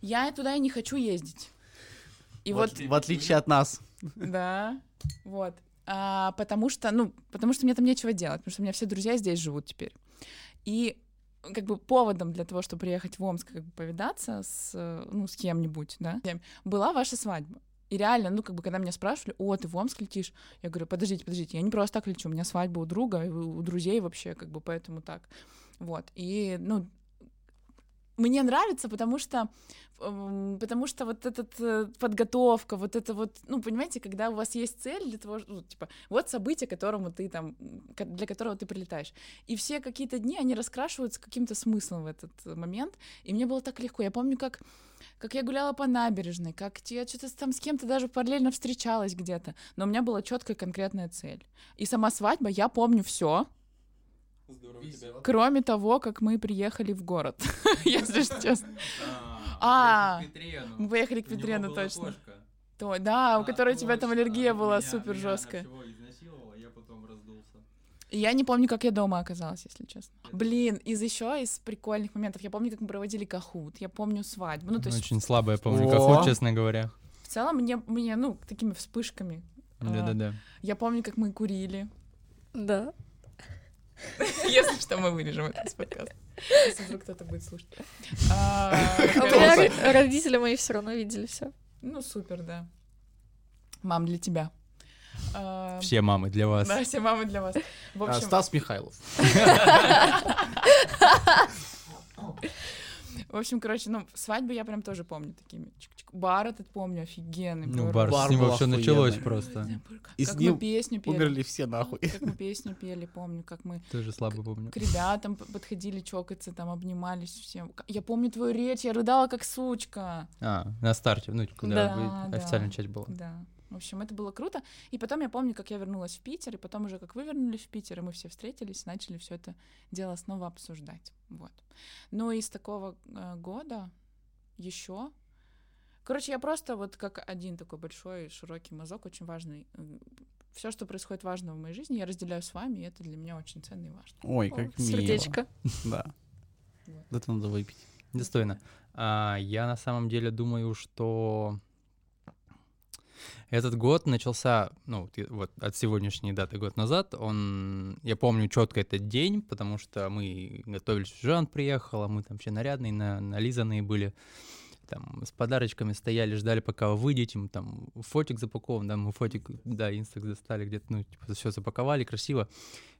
D: я туда и не хочу ездить. И вот,
A: В отличие от нас.
D: да, вот. А, потому что, ну, потому что мне там нечего делать, потому что у меня все друзья здесь живут теперь. И как бы поводом для того, чтобы приехать в Омск, как бы повидаться с, э, ну, с кем-нибудь, да, была ваша свадьба. И реально, ну, как бы, когда меня спрашивали, о, ты в Омск летишь? Я говорю, подождите, подождите, я не просто так лечу, у меня свадьба у друга, и у у друзей вообще, как бы, поэтому так. Вот, и, ну, мне нравится, потому что, эм, потому что вот эта подготовка, вот это вот, ну, понимаете, когда у вас есть цель для того, ну, типа, вот событие, которому ты там, м, ко- для которого ты прилетаешь. И все какие-то дни, они раскрашиваются каким-то смыслом в этот э, момент. И мне было так легко. Я помню, как как я гуляла по набережной, как те- я что-то там с кем-то даже параллельно встречалась где-то, но у меня была четкая конкретная цель. И сама свадьба, я помню все, кроме того, как мы приехали в город, если честно. А, к
B: ну,
D: Мы поехали к Петрену ну, точно. То, да, у которой А, у тебя там аллергия была супер жесткая.
B: я потом раздулся.
D: И Я не помню, как я дома оказалась, если честно. Блин, из еще из прикольных моментов. Я помню, как мы проводили кахут. Я помню свадьбу. Ну, то есть
B: Очень слабая, помню,
A: О.
B: как честно говоря.
D: в целом мне, мне, ну, такими вспышками. А.
B: Да-да-да.
D: Я помню, как мы курили.
C: Да.
D: Если что, мы вырежем это из подкаста. Если вдруг кто-то будет слушать. А,
C: А у меня ро- родители мои все равно видели все.
D: Ну, супер, да. Мам, для тебя. А,
B: Все мамы для вас.
D: Да, все мамы для вас. В
A: А,
D: общем,
A: Стас Михайлов.
D: в общем, короче, ну, свадьбы я прям тоже помню такими. Чик-чик. Бар этот помню, офигенный.
B: Ну, бар,
D: просто.
A: Бар
B: с ним
A: был
B: вообще началось
A: охуенный.
B: просто.
A: И
D: как
A: с
D: мы
A: ним
D: песню пели.
A: Умерли все нахуй.
D: Как мы песню пели, помню, как мы
B: Тоже слабо помню.
D: к ребятам п- подходили чокаться, там обнимались всем. К- Я помню твою речь, я рыдала как сучка.
B: А, на старте, ну,
C: Да,
B: когда вы-
D: да.
B: официальная часть была.
D: Да. В общем, это было круто. И потом я помню, как я вернулась в Питер, и потом уже как вы вернулись в Питер, и мы все встретились, начали все это дело снова обсуждать. Вот. Ну и из такого э, года еще. Короче, я просто вот как один такой большой, широкий мазок, очень важный. Все, что происходит важного в моей жизни, я разделяю с вами, и это для меня очень ценно и важно.
A: Ой,
C: О,
A: как мило.
C: Сердечко.
A: Да. Да это надо выпить.
B: Достойно. А, я на самом деле думаю, что этот год начался, ну, вот и- вот от сегодняшней даты год назад, он, я помню четко этот день, потому что мы готовились, Жан приехал, а мы там все нарядные, на, нализанные были, там, с подарочками стояли, ждали, пока вы выйдете, мы там фотик запакован, да, мы фотик, да, инстакс достали где-то, ну, типа, все запаковали красиво.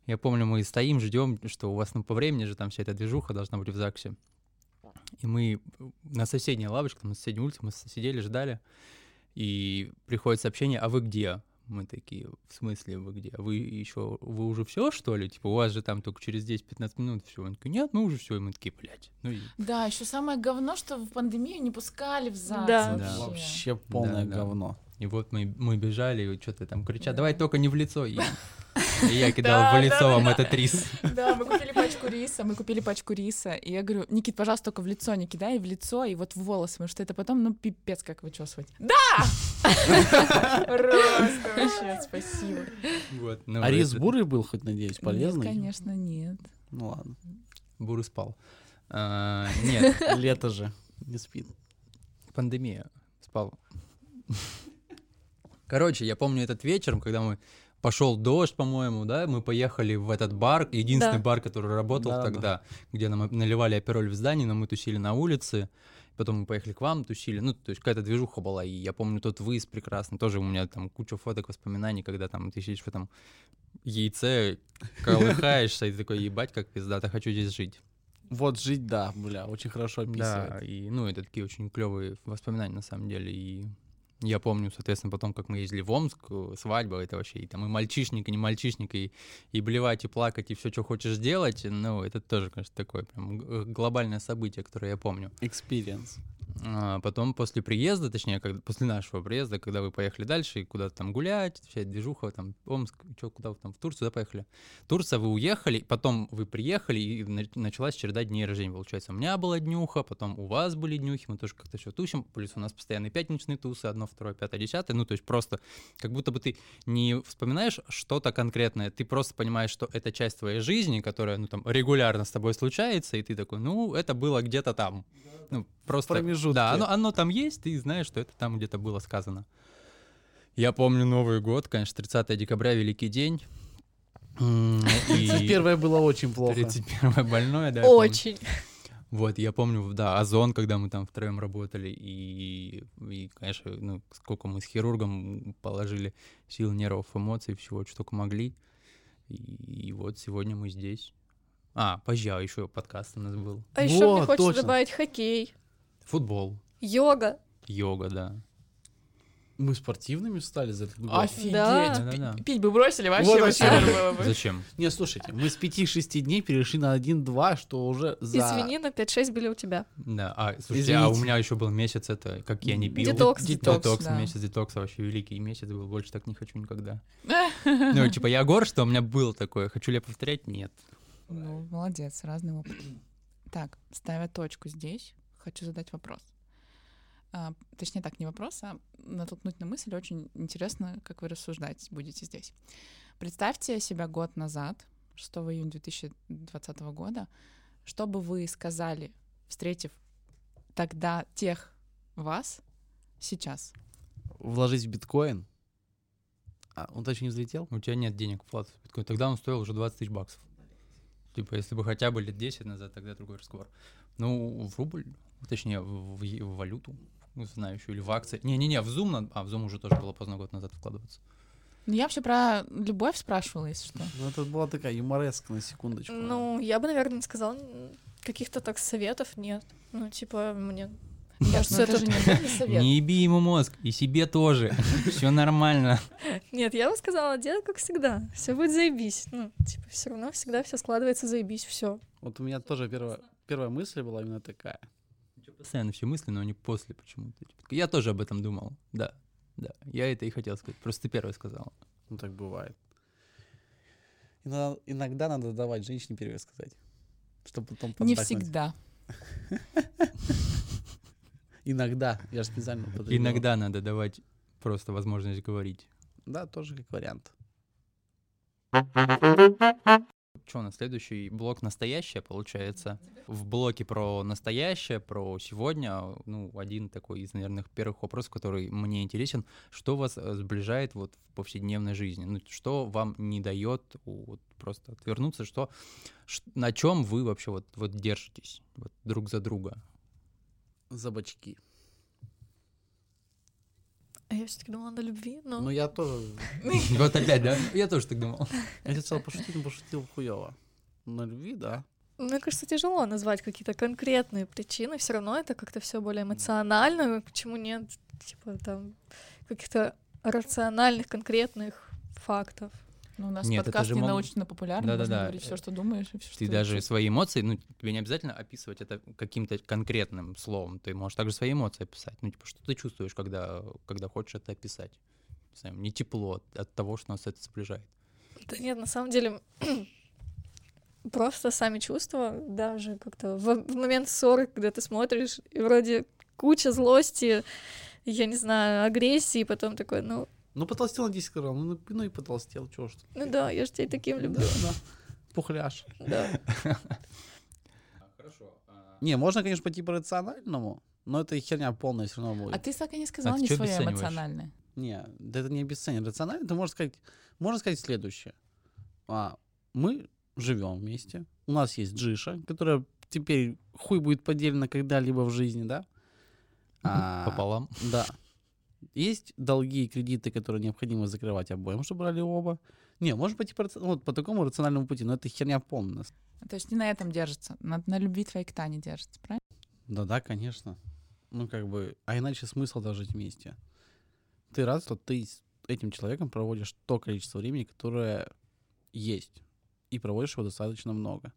B: Я помню, мы стоим, ждем, что у вас, ну, по времени же там вся эта движуха должна быть в ЗАГСе. И мы э, на соседней лавочке, там, на соседней улице, мы сидели, ждали, и приходит сообщение, а вы где? Мы такие, в смысле вы где? Вы еще, вы уже все, что ли? Типа, у вас же там только через 10-15 минут все. Он такой, нет, мы уже все. И мы такие, блядь. Ну, и
D: Да, еще самое говно, что в пандемию не пускали в зал.
C: Да.
B: Да.
A: Вообще полное
B: Да, да.
A: говно.
B: И вот мы, мы бежали, и что-то там кричат,
D: Да.
B: давай только не в лицо. И И я кидал
D: Да,
B: в лицо
D: да,
B: вам
D: да.
B: этот рис.
D: Да, мы купили пачку риса, мы купили пачку риса. И я говорю, Никит, пожалуйста, только в лицо не кидай, в лицо и вот в волосы, потому что это потом, ну, пипец, как вычесывать. Да! Просто вообще, спасибо.
B: Вот, ну,
A: А рис
B: это-
A: бурый был хоть, надеюсь, полезный?
D: Нет, конечно, нет.
A: Ну ладно.
B: Буры спал. А, Нет,
A: Лето же не спит.
B: пандемия. Спал. Короче, я помню этот вечером, когда мы пошел дождь, по-моему, да, мы поехали в этот бар, единственный
C: Да.
B: бар, который работал
A: Да-да-да.
B: тогда, где нам наливали апероль в здании, но мы тусили на улице, потом мы поехали к вам, тусили, ну, то есть какая-то движуха была, и я помню тот выезд прекрасно, тоже у меня там куча фоток, воспоминаний, когда там ты сидишь в этом яйце, колыхаешься, и ты такой, ебать, как пиздато, хочу здесь жить.
A: Вот жить, да, бля, очень хорошо
B: Да,
A: описывает.
B: и, ну, это такие очень клевые воспоминания, на самом деле, и я помню, соответственно, потом, как мы ездили в Омск, э, свадьба, это вообще, и там и мальчишник, и не мальчишник, и, и блевать, и плакать, и все, что хочешь делать, ну, это тоже, конечно, такое прям г- глобальное событие, которое я помню.
A: Experience.
B: А потом после приезда, точнее, когда, после нашего приезда, когда вы поехали дальше и куда-то там гулять, вся движуха, там, Омск, чё, куда вы там, в Турцию, да, поехали? Турция, вы уехали, потом вы приехали, и на- началась череда дней рождения, получается. У меня была днюха, потом у вас были днюхи, мы тоже как-то все тусим, плюс у нас постоянные пятничные тусы, одно, второе, пятое, десятое, ну, то есть просто как будто бы ты не вспоминаешь что-то конкретное, ты просто понимаешь, что это часть твоей жизни, которая, ну, там, регулярно с тобой случается, и ты такой, ну, это было где-то там. Ну, просто...
A: Промежутки.
B: Да, оно, оно там есть, ты знаешь, что это там где-то было сказано. Я помню Новый год, конечно, 30 декабря, Великий день. М, И
A: Первое было очень плохо.
B: 31 больное, да. я помню.
C: Очень.
B: Вот, я помню, да, Озон, когда мы там втроем работали, и, и, конечно, ну, сколько мы с хирургом положили сил, нервов, эмоций, всего, что только могли. И, и вот сегодня мы здесь. А, позже еще подкаст у нас был.
C: А еще мне
A: Вот,
C: хочется
A: точно.
C: добавить хоккей,
B: Футбол,
C: йога.
B: йога, да.
A: Мы спортивными стали за этот год.
C: Да.
B: Да-да-да.
D: Офигеть. Пи- Пить бы бросили,
A: Вот
D: вообще бы
A: вообще.
D: супер было бы.
B: Зачем?
A: Не, слушайте, мы с 5-6 дней перешли на 1-2, что уже за...
C: Извини, на 5-6 были у тебя.
B: Да, а, слушайте, а у
A: Извините.
B: меня еще был месяц, это как я не пил.
C: Детокс.
D: Детокс,
B: Детокс,
D: да.
B: месяц детокса вообще великий месяц был, больше так не хочу никогда. Ну, типа, я гор, что у меня было такое, хочу ли я повторять? Нет.
D: Ну, молодец, разный опыт. Так, ставя точку здесь, хочу задать вопрос. А, точнее так, не вопрос, а натолкнуть на мысль. Очень интересно, как вы рассуждать будете здесь. Представьте себя год назад, 6 июня 2020 года. Что бы вы сказали, встретив тогда тех вас сейчас?
A: Вложить в биткоин. А, он точно не взлетел?
B: У тебя нет денег в биткоин. Тогда он стоил уже 20 тысяч баксов. Типа, если бы хотя бы лет 10 назад, тогда другой разговор. Ну, в рубль, точнее, в, в е- в валюту, ну, знаю еще, или в акции. Не-не-не, в Zoom, надо- а в Zoom уже тоже было поздно год назад вкладываться.
D: Ну, я вообще про любовь спрашивала, если что.
A: Ну, это была такая юмореска на секундочку.
C: Ну, я бы, наверное, не сказала м, каких-то так советов нет. Ну, типа, мне
D: Кажется,
C: кажется,
D: ну, это же
C: это...
D: не совет.
B: Не еби ему мозг, и себе тоже. Все нормально.
C: Нет, я бы сказала, делай как всегда. Все будет заебись. Ну, типа, все равно всегда все складывается заебись, все.
A: Вот у меня тоже первая, первая мысль была именно такая.
B: Постоянно все мысли, но не после почему-то. Типа, Я тоже об этом думал, да. Да, я это и хотел сказать, просто ты первый сказал.
A: Ну, так бывает. Иногда, иногда надо давать женщине первое сказать. Чтобы потом
D: Не
A: поддакнуть.
D: всегда.
A: Иногда. Я же специально употребил.
B: Иногда надо давать просто возможность говорить.
A: Да, тоже как вариант.
B: Что у нас следующий блок настоящее получается? В блоке про настоящее, про сегодня, ну, один такой из, наверное, первых вопросов, который мне интересен. Что вас э, сближает вот в повседневной жизни? Ну, что вам не дает вот, просто отвернуться? Что, ш- на чем вы вообще вот, вот держитесь вот, друг за друга?
A: За бочки.
C: А я все-таки думала на любви, но...
A: Ну, я тоже...
B: Вот опять, да? Я тоже так думал.
A: Я хотел пошутить, но пошутил хуёво. На любви, да.
C: Мне кажется, тяжело назвать какие-то конкретные причины. Все равно это как-то все более эмоционально. Почему нет, типа, там, каких-то рациональных, конкретных фактов?
D: Ну, у нас
B: Нет, это
D: подкаст
B: же
D: не
B: мог-
D: научно-популярный, можно
B: Да-да-да.
D: говорить все, что думаешь, и все, что
B: Ты даже свои эмоции, ну, тебе не обязательно описывать это каким-то конкретным словом. Ты можешь также свои эмоции описать. Ну, типа, что ты чувствуешь, когда, когда хочешь это описать? Не знаю, мне тепло от, от того, что нас это сближает.
C: Да нет, на самом деле просто сами чувства, даже как-то в, в момент ссоры, когда ты смотришь, и вроде куча злости, я не знаю, агрессии, и потом такой, ну,
A: Ну, потолстел на 10 килограмм, ну, ну и потолстел, чего ж. ты.
C: ну да, я же тебя и таким люблю.
A: Да, да. Пухляш.
C: Да.
B: Хорошо.
A: Не, можно, конечно, пойти по рациональному, но это херня полная все равно будет.
D: А ты так и не сказал
B: ты
D: ни
B: чё
D: свое
B: обесцениваешь?
D: эмоциональное.
A: Не, да это не обесценен. Рационально ты можешь сказать, можно сказать следующее. А, мы живем вместе, у нас есть Джиша, которая теперь хуй будет поделена когда-либо в жизни, да? А,
B: Пополам.
A: Да. Есть долги и кредиты, которые необходимо закрывать обоим, чтобы брали оба. Не, можно пойти по, раци- вот, по такому рациональному пути, но это херня полная.
D: То есть не на этом держится, на, на любви твоей к Тане держится, правильно?
A: Да-да, конечно. Ну, как бы, а иначе смысл даже жить вместе. Ты рад, что ты с этим человеком проводишь то количество времени, которое есть, и проводишь его достаточно много.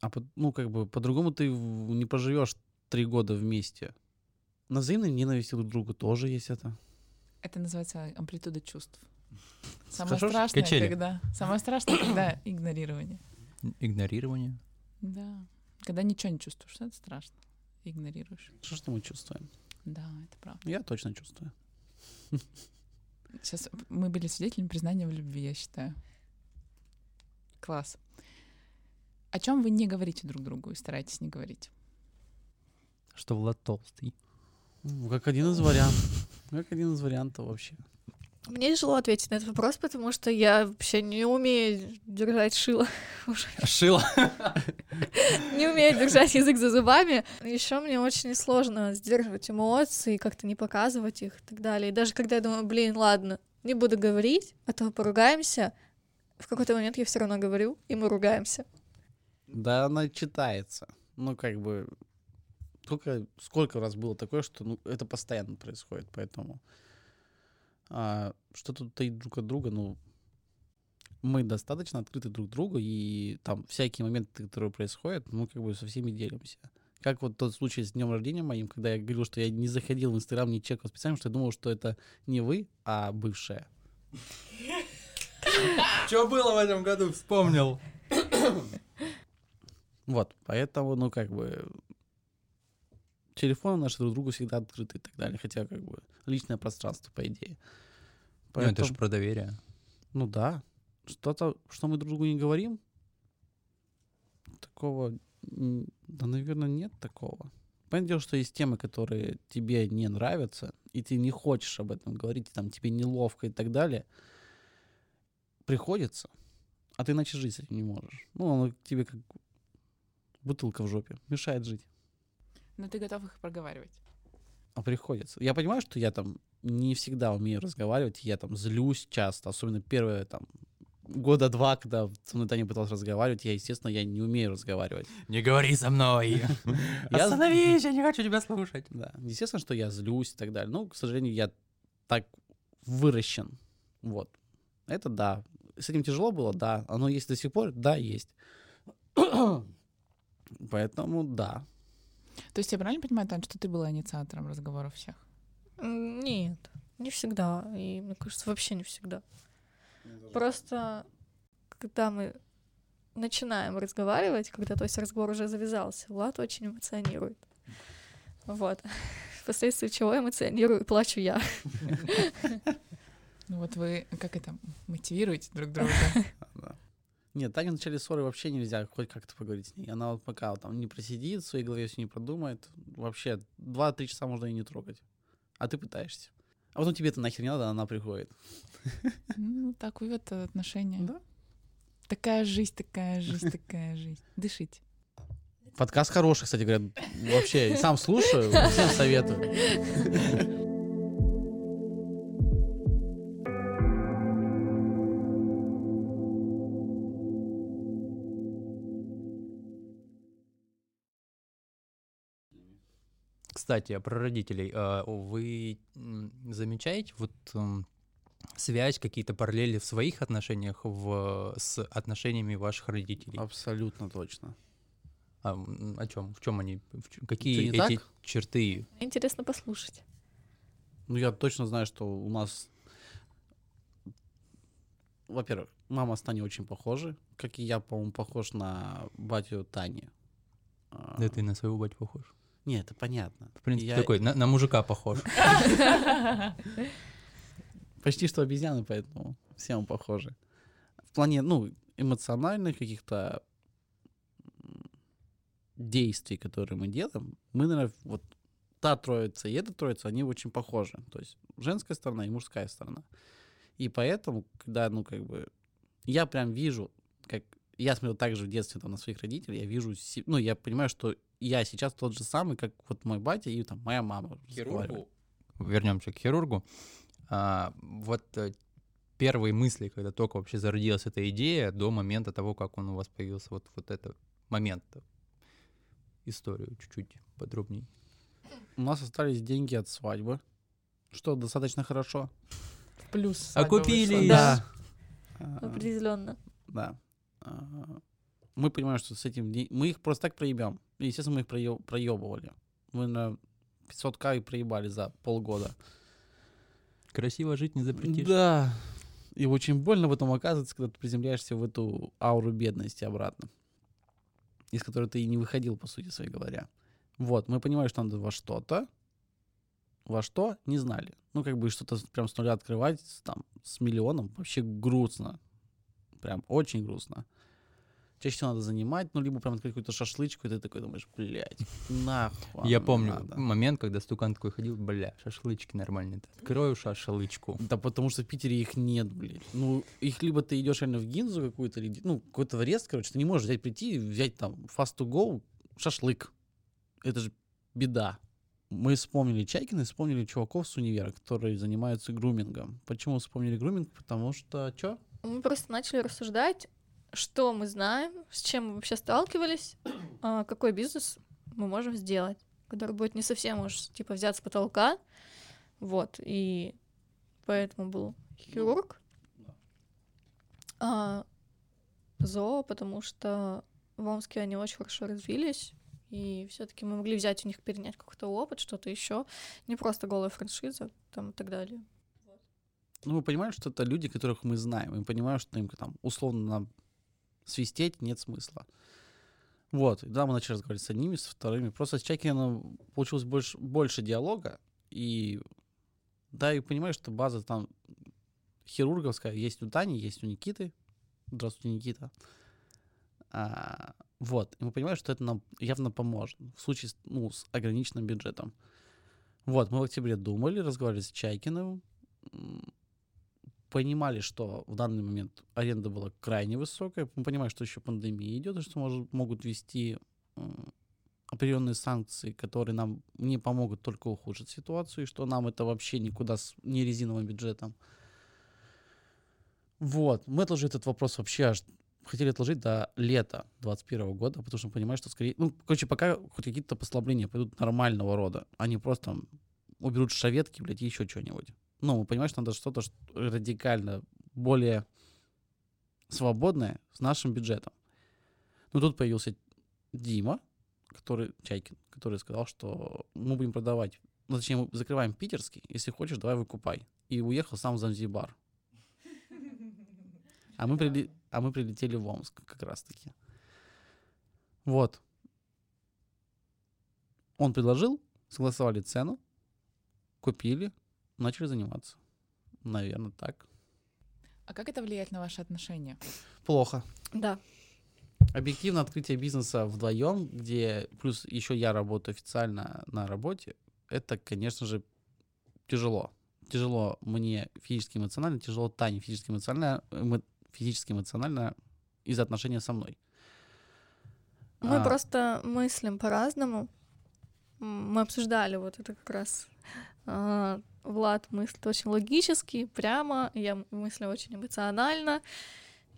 A: А, по- ну, как бы, по-другому ты в- не поживешь три года вместе. На взаимной ненависти друг к другу тоже есть это.
D: Это называется амплитуда чувств. Самое
A: Скажешь?
D: страшное,
B: Качели.
D: когда... Самое страшное, когда игнорирование.
B: Игнорирование.
D: Да. Когда ничего не чувствуешь, это страшно. Игнорируешь.
A: Что ж мы чувствуем?
D: Да, это правда.
A: Я точно чувствую.
D: Сейчас мы были свидетелями признания в любви, я считаю. Класс. О чем вы не говорите друг другу и стараетесь не говорить?
B: Что Влад толстый.
A: Ну, Как один из вариантов. Как один из вариантов вообще.
C: Мне тяжело ответить на этот вопрос, потому что я вообще не умею держать шило.
B: Шила.
C: не умею держать язык за зубами. Еще мне очень сложно сдерживать эмоции, как-то не показывать их и так далее. И даже когда я думаю, блин, ладно, не буду говорить, а то поругаемся, в какой-то момент я все равно говорю, и мы ругаемся.
A: Да, она читается. Ну, как бы, только сколько раз было такое, что ну, это постоянно происходит, поэтому а, что тут таить друг от друга, ну, мы достаточно открыты друг другу, и там всякие моменты, которые происходят, мы как бы со всеми делимся. Как вот тот случай с днем рождения моим, когда я говорил, что я не заходил в Инстаграм, не чекал специально, потому что я думал, что это не вы, а бывшая.
B: Что было в этом году, вспомнил.
A: Вот, поэтому, ну, как бы, телефоны наши друг другу всегда открыты и так далее, хотя, как бы, личное пространство, по идее.
B: Ну, это
A: Поэтому-
B: же про доверие.
A: ну да, что-то, что мы друг другу не говорим, такого, м, да, наверное, нет такого. Понятное дело, что есть темы, которые тебе не нравятся, и ты не хочешь об этом говорить, и там тебе неловко и так далее. Приходится, а ты иначе жить с этим не можешь. Ну, оно тебе как бутылка в жопе, мешает жить.
D: Но ты готов их проговаривать.
A: А приходится. Я понимаю, что я там не всегда умею разговаривать, я там злюсь часто, особенно первые там года два, когда со мной Таня пыталась разговаривать, я, естественно, я не умею разговаривать.
B: Не говори со мной.
A: Я-
B: Остановись, я не хочу тебя слушать.
A: Да. Естественно, что я злюсь и так далее. Но, к сожалению, я так выращен. Вот. Это да. С этим тяжело было, да. Оно есть до сих пор, да, есть. Поэтому да.
D: То есть я правильно понимаю, Тань, что ты была инициатором разговоров всех?
C: М, Нет, не всегда. И мне кажется, вообще не всегда. Просто когда мы начинаем разговаривать, когда то есть разговор уже завязался, Влад очень эмоционирует. Вот. Впоследствии чего эмоционирую и плачу я.
D: Ну вот вы, как это, мотивируете друг друга?
A: Да. Нет, Тане в начале ссоры вообще нельзя хоть как-то поговорить с ней. Она вот пока вот там не просидит, в своей голове все не продумает. Вообще, 2-3 часа можно ее не трогать. А ты пытаешься. А потом тебе это нахер не надо, она приходит.
D: Ну, так вот отношения.
A: Да.
D: Такая жизнь, такая жизнь, такая жизнь. Дышите.
A: Подкаст хороший, кстати говоря. Вообще, сам слушаю, всем советую.
B: Кстати, а про родителей. А, о, Вы м, замечаете вот м, связь, какие-то параллели в своих отношениях в, с отношениями ваших
A: А
B: родителей?
A: Абсолютно точно.
B: А, м, о чем? В чем они? в чё- какие
A: не
B: эти
A: так?
B: черты?
C: Мне Интересно послушать.
A: Ну, я точно знаю, что у нас... Во-первых, мама с Таней очень похожи, как и я, по-моему, похож на батю Тани. А,
B: Да ты на своего батю похож.
A: Не, это понятно.
B: В принципе,
A: Я
B: такой, на, на мужика похож.
A: Почти что обезьяны, поэтому все мы похожи. В плане, ну, эмоциональных каких-то м, действий, которые мы делаем, мы, наверное, вот та троица и эта троица, они очень похожи. То есть женская сторона и мужская сторона. И поэтому, когда, ну, как бы, я прям вижу, как я смотрел также в детстве там, на своих родителей, я вижу, се- ну, я понимаю, что я сейчас тот же самый, как вот мой батя и там моя мама. разговаривает.
B: Вернемся к хирургу. А, вот э, первые мысли, когда только вообще зародилась эта идея, до момента того, как он у вас появился, вот, вот этот момент. Историю чуть-чуть подробнее.
A: У нас остались деньги от свадьбы, что достаточно хорошо.
D: Плюс.
B: А
D: свадьба
B: купили
D: вышла.
C: Да. Ну,
A: А,
C: определенно.
A: Да. А, Мы понимаем, что с этим... не- Мы их просто так проебем. И, Естественно, мы их проё- проебывали. Мы на 500к и проебали за полгода.
B: Красиво жить не запретишь.
A: Да. И очень больно потом оказывается, когда ты приземляешься в эту ауру бедности обратно, из которой ты и не выходил, по сути своей говоря. Вот, мы понимаем, что надо во что-то, во что не знали. Ну, как бы что-то с- прям с нуля открывать, с, там, с миллионом, вообще грустно. Прям очень грустно. Чаще всего надо занимать, ну, либо прям открыть какую-то шашлычку, и ты такой думаешь, блядь, нахуй.
B: Я
A: оно
B: помню
A: надо».
B: момент, когда стукан такой ходил, бля, шашлычки нормальные. Открою шашлычку.
A: Да потому что в Питере их нет, блядь. Ну, их либо ты идешь реально в гинзу какую-то, или, ну, какой-то в рест, короче, ты не можешь взять прийти и взять там fast to go шашлык. Это же беда. Мы вспомнили Чайкина и вспомнили чуваков с универа, которые занимаются грумингом. Почему вспомнили груминг? Потому что, чё?
C: Мы просто начали рассуждать, что мы знаем, с чем мы вообще сталкивались, а, какой бизнес мы можем сделать, который будет не совсем уж типа взят с потолка. Вот, и поэтому был хирург. А, зоо, потому что в Омске они очень хорошо развились, и все-таки мы могли взять у них, перенять какой-то опыт, что-то еще, не просто голая франшиза там и так далее.
A: Ну, мы понимаем, что это люди, которых мы знаем. Мы понимаем, что им там условно нам свистеть нет смысла. Вот, и да, мы начали разговаривать с одними, со вторыми. Просто с Чайкиным получилось больше, больше диалога. И да, и понимаешь, что база там хирурговская есть у Тани, есть у Никиты. Здравствуйте, Никита. А, вот, и мы понимаем, что это нам явно поможет в случае с- ну, с ограниченным бюджетом. Вот, мы в октябре думали, разговаривали с Чайкиным, м, понимали, что в данный момент аренда была крайне высокая. Мы понимаем, что еще пандемия идет, и что может, могут вести м, определенные санкции, которые нам не помогут, только ухудшат ситуацию, и что нам это вообще никуда с не резиновым бюджетом. Вот. Мы отложили этот вопрос вообще аж хотели отложить до лета 21 года, потому что мы понимаем, что скорее... Ну, короче, пока хоть какие-то послабления пойдут нормального рода, а не просто там уберут шаветки, блядь, и еще что-нибудь ну, мы понимаем, что надо что-то ш- радикально более свободное с нашим бюджетом. Но тут появился Дима, который, Чайкин, который сказал, что мы будем продавать, ну, точнее, мы закрываем питерский, если хочешь, давай выкупай. И уехал сам в Занзибар. А мы, прили- а мы прилетели в Омск как раз-таки. Вот. Он предложил, согласовали цену, купили, начали заниматься. Наверное, так.
D: А как это влияет на ваши отношения?
A: Плохо.
C: Да.
A: Объективно открытие бизнеса вдвоем, где плюс еще я работаю официально на работе, это, конечно же, тяжело. Тяжело мне физически эмоционально, тяжело Тане физически эмоционально, эмо- физически эмоционально из-за отношения со мной.
C: Мы
A: А.
C: просто мыслим по-разному. М, Мы обсуждали вот это как раз. а, Влад мыслит очень логически, прямо, я м- мыслю очень эмоционально.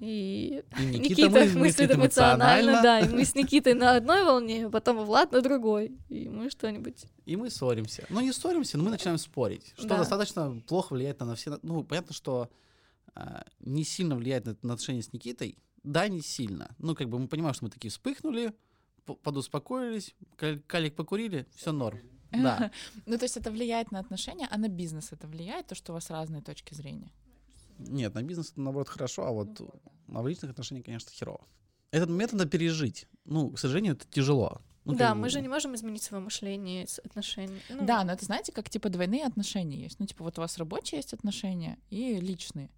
C: И
A: И
C: Никита, мыслит, эмоционально, да. И мы с Никитой на одной волне, потом Влад на другой. И мы что-нибудь.
A: И мы ссоримся. Ну, не ссоримся, но мы начинаем спорить. Что
C: Да.
A: достаточно плохо влияет на все. Ну, понятно, что а, не сильно влияет на, на отношения с Никитой. Да, не сильно. Ну, как бы мы понимаем, что мы такие вспыхнули, п- подуспокоились, кал- калик покурили, все норм. Да.
D: Ну, то есть это влияет на отношения, а на бизнес это влияет, то, что у вас разные точки зрения?
A: Нет, на бизнес это, наоборот, хорошо, а вот
C: Ну,
A: а в личных отношениях, конечно, херово. Этот момент надо пережить. Ну, к сожалению, это тяжело. Ну,
C: да,
A: как
C: мы
A: бы,
C: же не можем изменить свое мышление, с- отношения. Ну,
D: Да, но это, знаете, как типа двойные отношения есть. Ну, типа, вот у вас рабочие есть отношения и личные.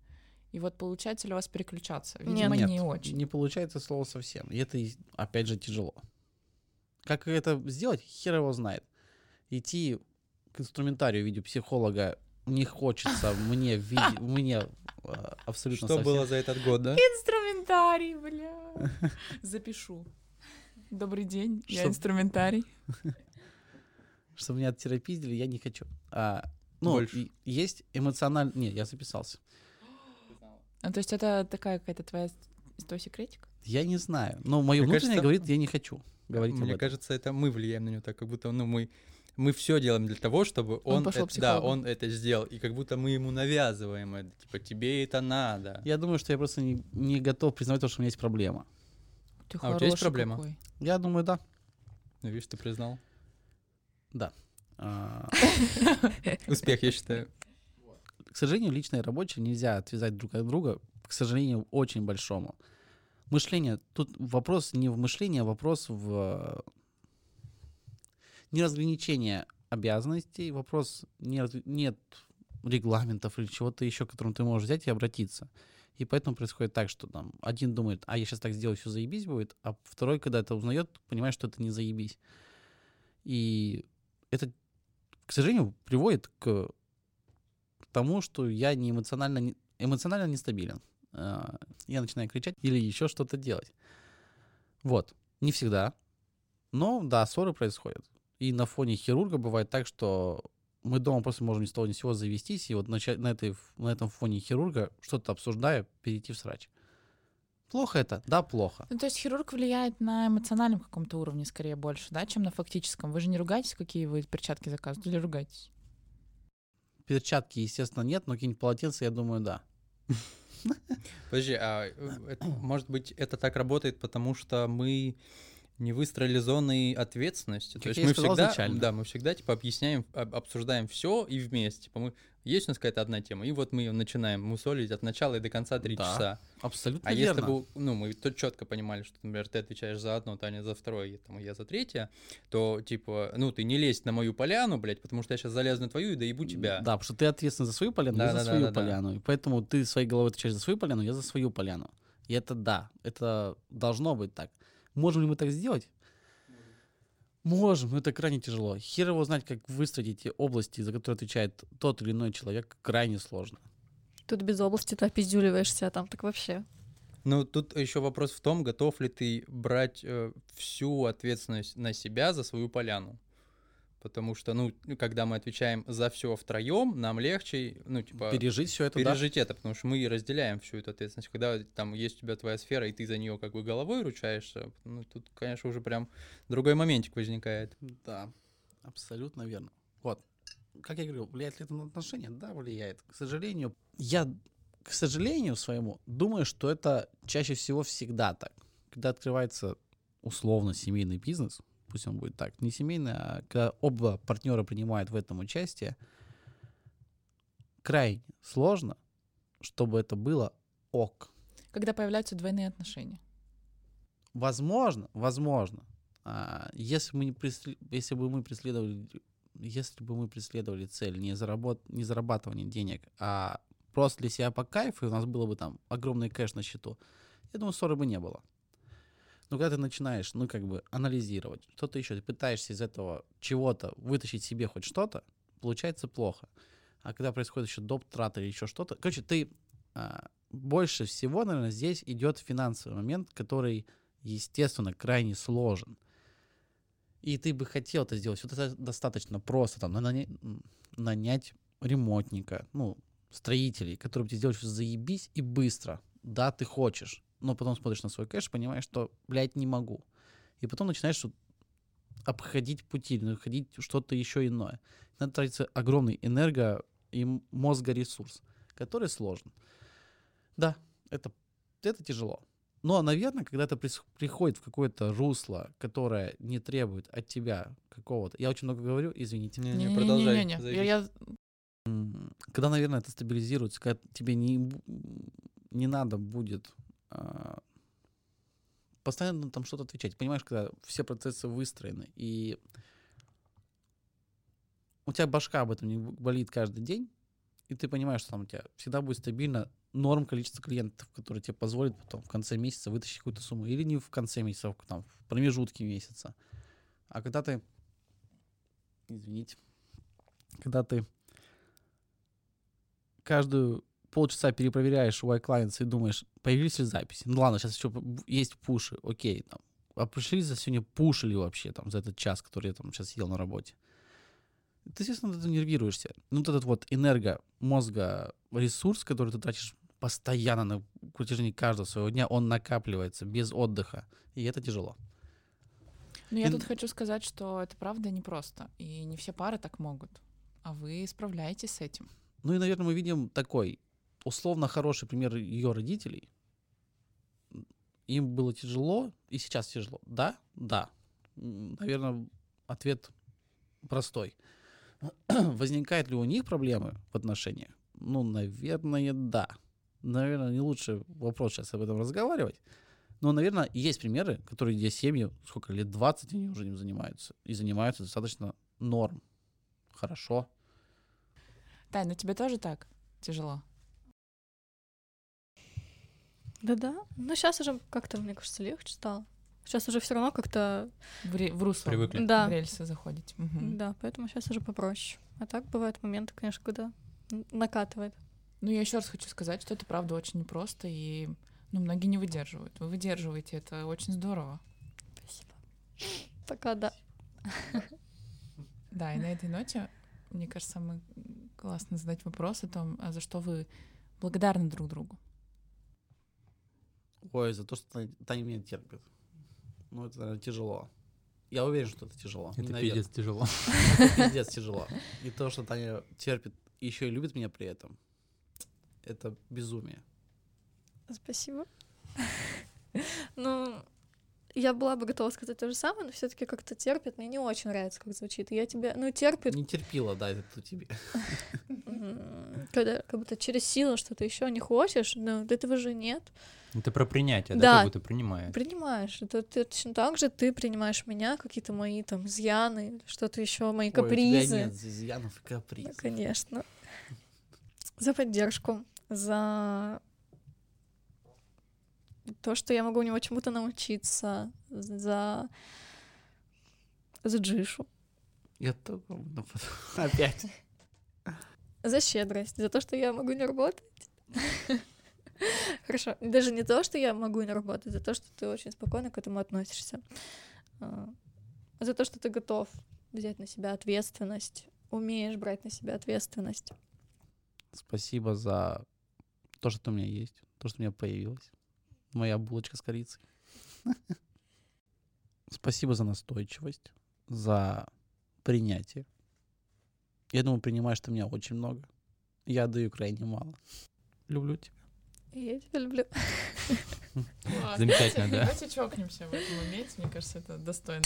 D: И вот получается ли у вас переключаться? Видимо,
A: Нет,
D: не очень.
A: не получается слово совсем. И это, и- опять же, тяжело. Как это сделать, хер его знает. Идти к инструментарию в виде психолога не хочется мне, в виде- мне э, абсолютно
B: Что
A: совсем.
B: было за этот год, да?
D: Инструментарий, бля. Запишу. Добрый день, я
A: Чтоб-
D: инструментарий.
A: Чтобы меня оттерапиздили, я не хочу. А, ну,
B: Больше.
A: и- есть эмоционально... Не, я записался.
D: А, то есть это такая какая-то твоя с- твой секретик?
A: Я не знаю. Но мое
B: Мне
A: внутреннее
B: кажется,
A: говорит, я не хочу говорить об
B: Мне
A: этом.
B: кажется, это мы влияем на него так, как будто ну, мы мы все делаем для того, чтобы он,
D: пошел к
B: это, да,
D: психологу.
B: он это сделал, и как будто мы ему навязываем это, типа тебе это надо.
A: Я думаю, что я просто не, не готов признавать то, что у меня есть проблема.
D: Ты
B: А у тебя есть
D: хороший
B: проблема?
D: какой.
A: Я думаю, да.
B: Ну, видишь, ты признал.
A: А,
B: Успех, я считаю.
A: К сожалению, личное и рабочее нельзя отвязать друг от друга, к сожалению, очень большому. Мышление, тут вопрос не в мышлении, а вопрос в э, неразграничении обязанностей, вопрос не раз- нет регламентов или чего-то еще, к которому ты можешь взять и обратиться. И поэтому происходит так, что там один думает, а я сейчас так сделаю, все заебись будет, а второй, когда это узнает, понимает, что это не заебись. И это, к сожалению, приводит к тому, что я не эмоционально, не- эмоционально нестабилен. А, Я начинаю кричать или еще что-то делать. Вот. Не всегда. Но, да, ссоры происходят. И на фоне хирурга бывает так, что мы дома просто можем ни с того ни с сего завестись, и вот начать на, этой, ф- на этом фоне хирурга, что-то обсуждая, перейти в срач. Плохо это? Да, плохо.
D: Ну, то есть хирург влияет на эмоциональном каком-то уровне скорее больше, да, чем на фактическом. Вы же не ругаетесь, какие вы перчатки заказываете, или ругаетесь?
A: Перчатки, естественно, нет, но какие-нибудь полотенца, я думаю, да.
B: Подожди, а э, это- может быть это так работает, потому что мы не выстроили зоны ответственности.
A: Как
B: То есть
A: я и
B: мы
A: сказал
B: всегда,
A: изначально.
B: да, мы всегда типа объясняем, об- обсуждаем все и вместе. Типа, мы есть у нас какая-то одна тема, и вот мы ее начинаем мусолить от начала и до конца три
A: Да.
B: часа.
A: Абсолютно
B: А
A: верно.
B: если бы, ну, мы то четко понимали, что, например, ты отвечаешь за одно, Таня за второе, и, там, я за третье, то, типа, ну, ты не лезь на мою поляну, блядь, потому что я сейчас залезу на твою и доебу тебя.
A: Да, потому что ты ответственен за свою поляну, я за
B: Да-да-да-да-да.
A: свою поляну. И поэтому ты своей головой отвечаешь за свою поляну, я за свою поляну. И это да, это должно быть так. Можем ли мы так сделать? Можем, но это крайне тяжело. Хер его знать, как выстроить эти области, за которые отвечает тот или иной человек, крайне сложно.
C: Тут без области ты опиздюливаешься, а там так вообще.
B: Ну, тут еще вопрос в том, готов ли ты брать э, всю ответственность на себя за свою поляну. Потому что, ну, когда мы отвечаем за все втроем, нам легче, ну, типа,
A: Пережить все это, да?
B: пережить это, потому что мы и разделяем всю эту ответственность. Когда там есть у тебя твоя сфера, и ты за нее как бы головой ручаешься, ну, тут, конечно, уже прям другой моментик возникает.
A: Да, абсолютно верно. Вот. Как я говорю, влияет ли это на отношения? Да, влияет. К сожалению, я, к сожалению своему, думаю, что это чаще всего всегда так. Когда открывается условно семейный бизнес, пусть он будет так, не семейный, а когда оба партнера принимают в этом участие, крайне сложно, чтобы это было ок.
D: Когда появляются двойные отношения?
A: Возможно, возможно. а, если, мы не пресле- если бы мы преследовали, если бы мы преследовали цель не, заработ... не зарабатывание денег, а просто для себя по кайфу, и у нас было бы там огромный кэш на счету, я думаю, ссоры бы не было. Но когда ты начинаешь, ну, как бы, анализировать, что-то еще, ты пытаешься из этого чего-то вытащить себе хоть что-то, получается плохо. А когда происходит еще доп. трата или еще что-то... Короче, ты а, больше всего, наверное, здесь идет финансовый момент, который естественно, крайне сложен. И ты бы хотел это сделать. Вот это достаточно просто. Там, наня- м, нанять ремонтника, ну, строителей, которые бы тебе сделали всё заебись и быстро. Да, ты хочешь. Но потом смотришь на свой кэш, понимаешь, что, блядь, не могу. И потом начинаешь вот обходить пути, находить что-то еще иное. Надо тратится огромный энерго и м- мозгоресурс, который сложен. Да, это, это тяжело. Но, наверное, когда это прис- приходит в какое-то русло, которое не требует от тебя какого-то... Я очень много говорю, извините.
B: Не,
D: Не-не-не-не-не. Я- я
A: М, когда, наверное, это стабилизируется, когда тебе не, бу- не надо будет а, постоянно там что-то отвечать. Понимаешь, когда все процессы выстроены, и у тебя башка об этом не б- болит каждый день, и ты понимаешь, что там у тебя всегда будет стабильно норм количества клиентов, которые тебе позволят потом в конце месяца вытащить какую-то сумму. Или не в конце месяца, а в- там, в промежутке месяца. А когда ты... Извините. Когда ты каждую полчаса перепроверяешь у iClients и думаешь, появились ли записи. Ну ладно, сейчас еще есть пуши, окей. Там. А пришли за сегодня пуши ли вообще там за этот час, который я там сейчас сидел на работе? Ты, естественно, от этого нервируешься. Ну, вот этот вот энерго мозга ресурс, который ты тратишь постоянно на протяжении каждого своего дня, он накапливается без отдыха. И это тяжело.
D: Ну, я
A: И-
D: тут хочу сказать, что это правда непросто, и не все пары так могут. А вы справляетесь с этим.
A: Ну и, наверное, мы видим такой условно хороший пример ее родителей. Им было тяжело, и сейчас тяжело. Да, да. Наверное, ответ простой. Возникают ли у них проблемы в отношениях? Ну, наверное, да. Наверное, не лучший вопрос сейчас об этом разговаривать. Но, наверное, есть примеры, которые, где семьи, сколько лет, 20 они уже не занимаются. И занимаются достаточно норм. Хорошо.
D: Тань, ну тебе тоже так тяжело?
C: Да-да. Ну, сейчас уже как-то, мне кажется, легче стало. Сейчас уже все равно как-то...
D: В, ре- в русло,
B: Привыкли.
D: в
C: Да,
D: рельсы заходите. Мгм.
C: да, поэтому сейчас уже попроще. А так бывают моменты, конечно, когда н- накатывает.
D: Ну, я еще раз хочу сказать, что это правда очень непросто, и ну, многие не выдерживают. Вы выдерживаете, это очень здорово.
C: Спасибо. Пока, да.
D: Да, и на этой ноте, мне кажется, мы классно задать вопрос о том, а за что вы благодарны друг другу.
A: Ой, за то, что Тань- Таня меня терпит. Ну, это, наверное, тяжело. Я уверен, что это тяжело. Не
B: Это
A: наверное.
B: пиздец тяжело.
A: Это пиздец тяжело. И то, что Таня терпит, еще и любит меня при этом, это безумие.
C: Спасибо. Ну, я была бы готова сказать то же самое, но все-таки как-то терпит. Мне не очень нравится, как звучит. Я тебя, ну, терпит,
A: Не терпила, да, это то тебе.
C: м, когда как будто через силу что-то еще не хочешь, но этого же нет.
B: Это Ну, про принятие,
C: Да.
B: да, как будто принимает.
C: Принимаешь. Это ты точно так же ты принимаешь меня, какие-то мои там изъяны, что-то еще, мои
A: Ой, у
C: капризы.
A: тебя нет изъянов и
C: Ну,
A: каприз.
C: конечно. За поддержку, за то, что я могу у него чему-то научиться, за за джишу,
A: Я ну, так ровно под- Опять.
C: за щедрость, за то, что я могу не работать. Хорошо. Даже не то, что я могу не работать, за то, что ты очень спокойно к этому относишься. А, За то, что ты готов взять на себя ответственность, умеешь брать на себя ответственность.
A: Спасибо за то, что у меня есть, то, что у меня появилось. Моя булочка с корицей. Спасибо за настойчивость, за принятие. Я думаю, принимаешь ты меня очень много. Я даю крайне мало. Люблю тебя.
C: И Я тебя люблю.
B: Замечательно, да?
D: Давайте чокнемся в этом моменте, мне кажется, это достойно.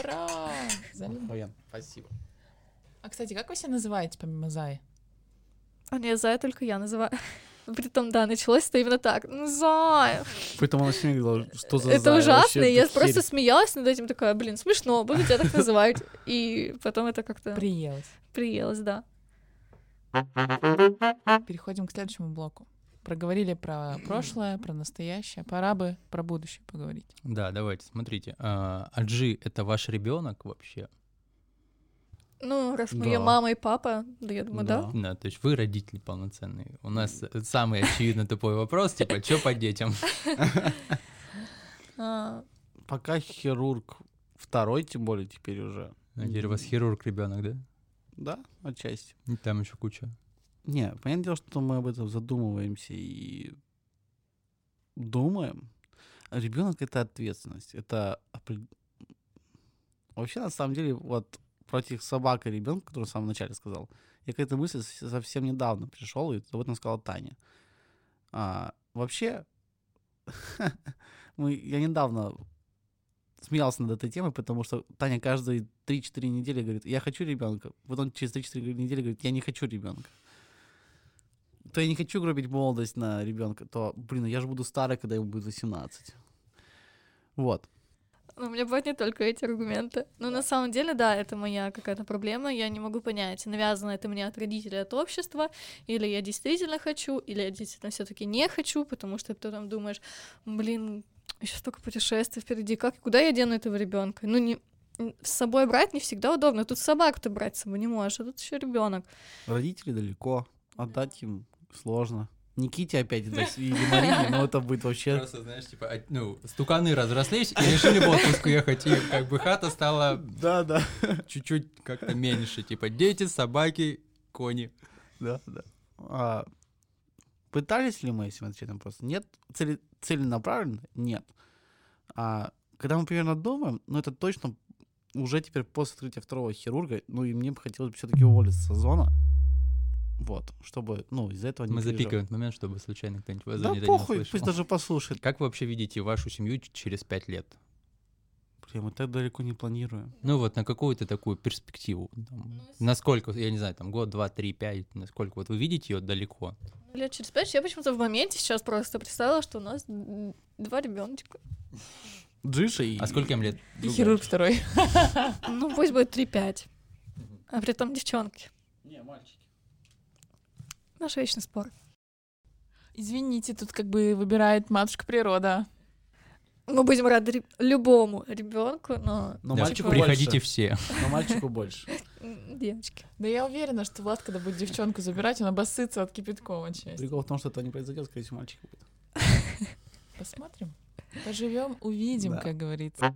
D: Ура! За любовь.
A: Охуенно. Спасибо.
D: А, кстати, как вы себя называете помимо Зая?
C: А не Зая только я называю. Притом, да, началось это именно так. Ну, Зая.
A: Поэтому она всегда говорила, что за
C: это
A: Ну, зая
C: ужасно.
A: вообще,
C: и я
A: это
C: просто
A: херь.
C: смеялась над этим, такая, блин, смешно, буду тебя так называть. И потом это как-то
D: Приелась.
C: приелось, да.
D: Переходим к следующему блоку. Проговорили про прошлое, про настоящее. Пора бы про будущее поговорить.
B: Да, давайте, смотрите. а, Аджи — это ваш ребенок вообще?
C: Ну, раз мы
A: Да.
C: ее мама и папа, да, я думаю, да.
A: Да.
B: Да, то есть вы родители полноценные. У нас э, самый очевидно тупой вопрос, типа, что по детям?
C: А,
A: Пока хирург второй, тем более теперь уже.
B: А Теперь у вас хирург ребенок, да?
A: Да, отчасти.
B: И там еще куча.
A: Не, понятное дело, что мы об этом задумываемся и думаем. Ребенок это ответственность. Это опре- вообще на самом деле вот против собак и ребенка, который в самом начале сказал, я к этой мысли с- совсем недавно пришел, и об этом сказала Таня. А, вообще, мы, я недавно смеялся над этой темой, потому что Таня каждые 3-4 недели говорит, я хочу ребенка. Вот он через 3-4 недели говорит, я не хочу ребенка. то я не хочу гробить молодость на ребенка, то, блин, ну я же буду старый, когда ему будет 18. Вот.
C: Ну, у меня бывают не только эти аргументы. Но на самом деле, да, это моя какая-то проблема. Я не могу понять, навязано это мне от родителей, от общества, или я действительно хочу, или я действительно все таки не хочу, потому что потом думаешь, блин, еще столько путешествий впереди, как, куда я дену этого ребенка? Ну, не, н- с собой брать не всегда удобно. Тут собаку ты брать с собой не можешь, а тут еще ребенок.
A: Родители далеко, отдать им сложно. Никите опять отдать, или Марине, но это будет вообще...
B: Просто, знаешь, типа, от- ну, стуканы разрослись и решили в отпуск ехать, и как бы хата стала
A: Да, да,
B: чуть-чуть как-то меньше, типа, дети, собаки, кони.
A: да, да. А, пытались ли мы этим отвечать на вопрос? Нет. Цели, целенаправленно? Нет. А, когда мы примерно думаем, ну это точно уже теперь после открытия второго хирурга, ну и мне бы хотелось все-таки уволиться со зона. Вот, чтобы, ну, из-за этого не
B: Мы
A: переживать.
B: запикиваем этот момент, чтобы случайно кто-нибудь вас
A: Да
B: занято не
A: похуй,
B: услышал.
A: пусть даже послушает.
B: Как вы вообще видите вашу семью ч- через пять лет?
A: Блин, мы так далеко не планируем.
B: Ну вот на какую-то такую перспективу. там,
A: Ну,
B: насколько, я не знаю, там год, два, три, пять, насколько вот вы видите ее далеко.
C: Ну, Лет через пять я почему-то в моменте сейчас просто представила, что у нас м, два ребеночка.
A: Джиша и...
B: А сколько им лет?
D: И
A: Ну,
D: хирург второй.
C: Ну, пусть будет 3-5. А при том девчонки.
A: Не, мальчики.
C: Наш вечный спор.
D: Извините, тут как бы выбирает матушка природа.
C: Мы будем рады ре- любому ребенку, но
A: Но
B: Да,
A: Ну, мальчику
B: Приходите
A: больше.
B: все.
A: Но мальчику больше.
C: м, девочки.
D: Да я уверена, что Влад, когда будет девчонку забирать, он обоссытся от кипятком часть.
A: Прикол в том, что это не произойдет, скорее всего, мальчик будет.
D: Посмотрим. Поживем, увидим,
A: Да.
D: как говорится.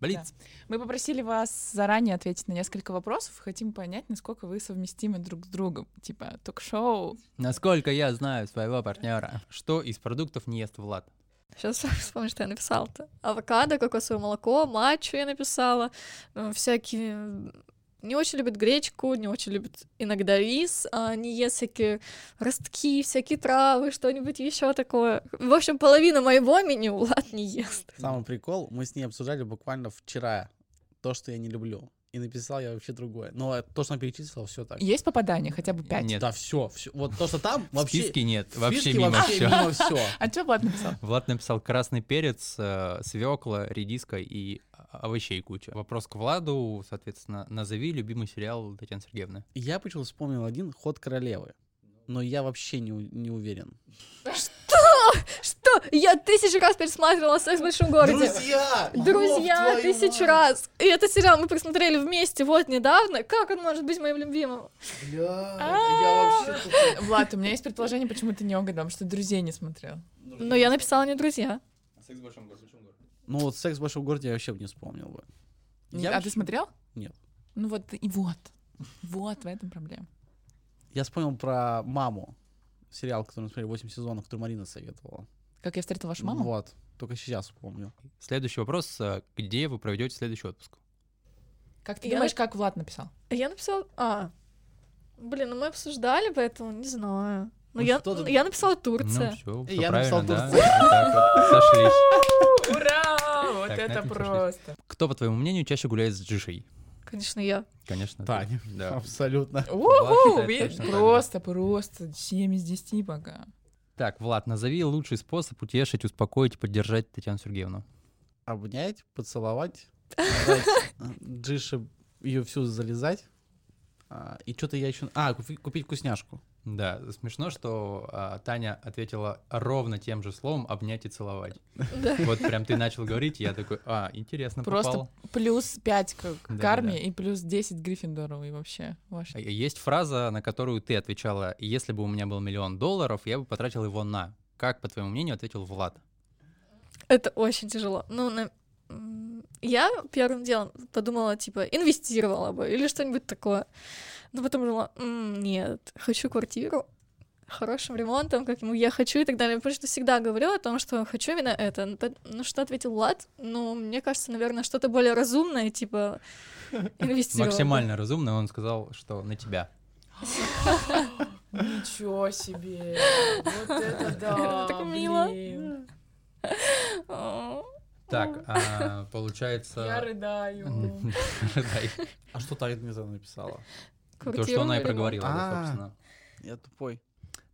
B: Блиц.
D: Мы попросили вас заранее ответить на несколько вопросов. Хотим понять, насколько вы совместимы друг с другом. Типа ток-шоу.
B: Насколько я знаю своего партнера, что из продуктов не ест Влад?
C: Сейчас вспомню, что я написала-то. Авокадо, кокосовое молоко, матчу я написала. э, Всякие... м, Не очень любит гречку, не очень любит иногда рис, а не ест всякие ростки, всякие травы, что-нибудь еще такое. В общем, половина моего меню Влад не ест.
A: Самый прикол, мы с ней обсуждали буквально вчера то, что я не люблю. И написал я вообще другое. Но то, что она перечислила, все так.
D: Есть попадание хотя бы пять?
B: Нет,
A: Да, все, все. Вот то, что там
B: в
A: вообще...
B: списке нет,
A: в
B: вообще
A: списке
B: мимо
A: вообще
B: все.
A: мимо всё.
D: А что Влад написал?
B: Влад написал красный перец, э, свекла, редиска и о- овощей куча. Вопрос к Владу, соответственно, назови любимый сериал Татьяны Сергеевны.
A: Я почему-то вспомнил один «Ход королевы». Но я вообще не, у- не уверен.
C: Что? Я тысячу раз пересматривала «Секс в большом городе».
A: Друзья!
C: Друзья, тысячу раз. И этот сериал мы просмотрели вместе вот недавно. Как он может быть моим любимым?
A: я вообще...
D: Влад, у меня есть предположение, почему ты не угадал, что друзей не смотрел.
C: Но я написала не друзья.
B: Секс в большом городе.
A: Ну вот «Секс в большом городе» я вообще бы не вспомнил бы.
D: Не-
A: Я
D: а
A: вообще-
D: ты смотрел?
A: Нет.
D: Ну вот, и вот. Вот в этом проблема.
A: Я вспомнил про «Маму». Сериал, который мы смотрели 8 сезонов, который Марина советовала.
D: Как я встретил вашу маму?
A: Вот. Только сейчас вспомнил.
B: Следующий вопрос. э, Где вы проведете следующий отпуск?
D: Как ты
C: Я-
D: думаешь, как Влад написал?
C: Я написала... А. Блин, ну мы обсуждали, поэтому не знаю. Ну,
A: Ну
C: я,
A: что ты-
C: я написала Турция.
B: Ну все,
A: Я написал
B: правильно, да.
A: Турция.
B: вот так вот Сошлись.
D: Ура! Вот
B: Так, на
D: это
B: этом сошлись.
D: просто.
B: Кто, по твоему мнению, чаще гуляет с Джишей?
C: Конечно, я.
B: Конечно. ты.
A: Таня.
B: Да.
A: Абсолютно.
D: Уху!
B: считает
D: Ви-
B: точно так же.
D: Просто, просто 7 из 10 пока.
B: Так, Влад, назови лучший способ утешить, успокоить и поддержать Татьяну Сергеевну.
A: Обнять, поцеловать, дать Джише ее всю залезать. А, И что-то я еще... А, купи- купить вкусняшку.
B: Да, смешно, что а, Таня ответила ровно тем же словом «обнять и целовать».
C: Да.
B: Вот прям ты начал говорить, и я такой, а, интересно,
D: Просто
B: попал.
D: плюс 5 к к
B: Да-да-да.
D: карме и плюс 10 Гриффиндору и вообще
B: А
D: ваше.
B: Есть фраза, на которую ты отвечала, если бы у меня был миллион долларов, я бы потратил его на. Как, по твоему мнению, ответил Влад?
C: Это очень тяжело. Ну, на- м, я первым делом подумала, типа, инвестировала бы или что-нибудь такое. Но потом думала, «М, нет, хочу квартиру хорошим ремонтом, как ему я хочу и так далее. Потому что всегда говорю о том, что хочу именно это. Ну, по- Ну, что ответил Влад? Ну, мне кажется, наверное, что-то более разумное, типа, инвестировала. бы.
B: Максимально разумно он сказал, что на тебя.
D: Ничего себе! Вот это
C: да, Так мило. О,
B: Так, а, получается...
D: Ну. рыдаю.
B: М, рыдай.
A: А что Таня мне тогда написала?
B: То, что она и
C: квартиру ремонт.
B: проговорила, да,
A: А.
B: собственно.
A: Я тупой.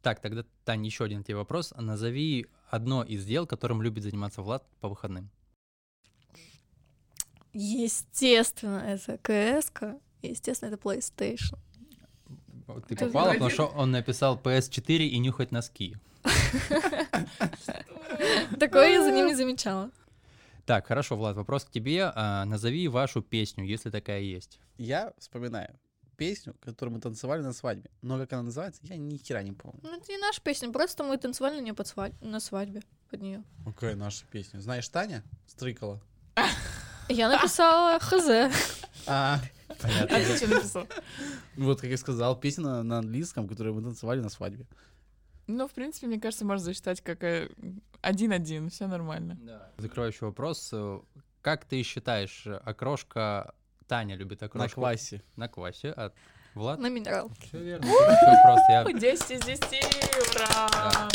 B: Так, тогда, Тань, еще один тебе вопрос. Назови одно из дел, которым любит заниматься Влад по выходным.
C: Естественно, это кс -ка. Естественно, это PlayStation.
B: Вот Ты
D: Это
B: попала,
D: один.
B: потому что он написал PS4 и нюхать носки.
C: Такое я за ним не замечала.
B: Так, хорошо, Влад, вопрос к тебе. А, назови вашу песню, если такая есть.
A: Я вспоминаю песню, которую мы танцевали на свадьбе. Но как она называется, я ни хера не помню.
C: Ну, это не наша песня, просто мы танцевали на нее под свадь- на свадьбе под нее.
A: Какая наша песня? Знаешь, Таня стрыкала?
C: Я написала хз.
A: А,
D: А ты что написал?
A: вот как я сказал, песня на, на английском, которую мы танцевали на свадьбе.
D: Ну, в принципе, мне кажется, можно засчитать как э, один-один, все нормально.
B: Закрывающий вопрос. Э, Как ты считаешь, окрошка... Таня любит
A: На
B: окрошку?
A: квасе.
B: На квасе. А Влад?
C: На минерал.
B: Все верно. Всё просто я...
D: 10 из 10, ура!
B: Да.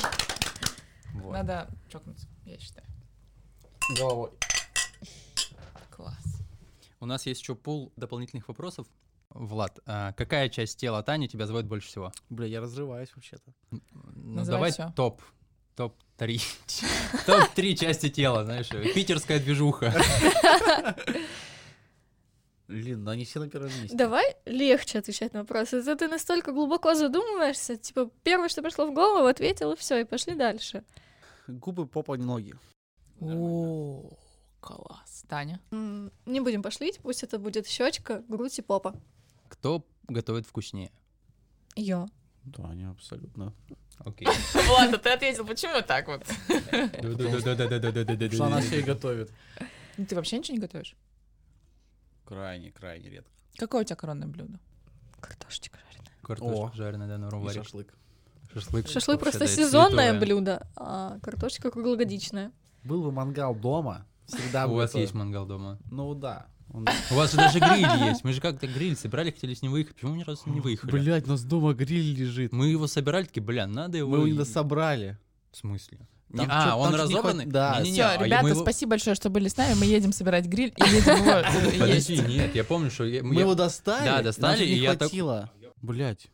B: Вот.
D: Надо чокнуться, я считаю.
A: Головой.
D: Класс.
B: У нас есть еще пул дополнительных вопросов. Влад, а какая часть тела Тани тебя зовет больше всего?
A: Бля, я разрываюсь вообще-то.
B: Ну,
D: Называй
B: давай
D: всё.
B: топ. Топ-3. Топ-3 части тела, знаешь, питерская движуха.
A: Блин, да они все на первом месте.
C: Давай легче отвечать на вопросы. Это ты настолько глубоко задумываешься. Типа, первое, что пришло в голову, ответил, и все, и пошли дальше.
A: Губы, попа, ноги.
D: О, класс. Таня?
C: М, Не будем пошлить, пусть это будет щечка, грудь и попа.
B: Кто готовит вкуснее?
C: Я.
A: Таня, абсолютно.
B: Окей.
D: Ладно, ты ответил, почему так вот?
A: Что она все и готовит.
D: Ну, Ты вообще ничего не готовишь?
A: Крайне, крайне редко.
D: Какое у тебя коронное блюдо?
C: Картошечка жареная.
B: Картошка
A: О.
B: жареная, да, на
A: И
B: рубаре.
A: шашлык.
B: Шашлык.
C: Шашлык
B: вообще,
C: просто
B: да,
C: сезонное
B: святое.
C: блюдо, а картошечка круглогодичная.
A: Был бы мангал дома, всегда
B: А У
A: бы
B: вас
A: это-
B: есть мангал дома?
A: Ну да. Он-
B: У вас же даже гриль есть. Мы же как-то гриль собирали, хотели с ним выехать. Почему мы ни разу не выехали?
A: Блять, у нас дома гриль лежит.
B: Мы его собирали, такие, бля, надо его...
A: Мы его не
B: и-
A: дособрали.
B: В смысле?
A: Там
B: Не- а,
A: чё-
B: он
A: там чё не
B: разобранный?
A: хват- да,
B: Не-не-не,
D: Всё,
B: а я- мы
D: ребята,
B: его-
D: спасибо большое, что были с нами. Мы едем собирать гриль и едем его э,
B: Подожди,
D: есть.
B: нет, я помню, что... я-
A: Мы
B: я-
A: его достали.
B: Да,
A: нам
B: достали,
A: чуть
B: и
A: не
B: я так-
A: хватило. Блять.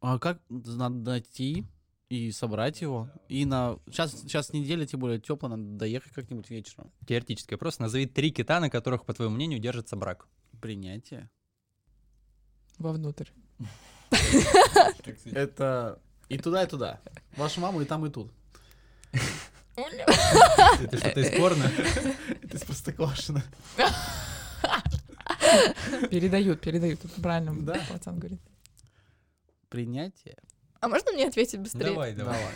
A: А как надо найти и собрать его? И на сейчас сейчас неделя, тем более тепло, надо доехать как-нибудь вечером.
B: Теоретически вопрос. Назови три кита, на которых, по твоему мнению, держится брак.
A: Принятие.
D: Вовнутрь.
A: Это и туда и туда. Вашу маму и там и тут.
B: Это что-то из порно?
A: Это из Простоквашино.
D: Передают, передают. Тут правильно
A: Да.
D: пацан говорит.
A: Принятие.
C: А можно мне ответить быстрее?
B: Давай, давай.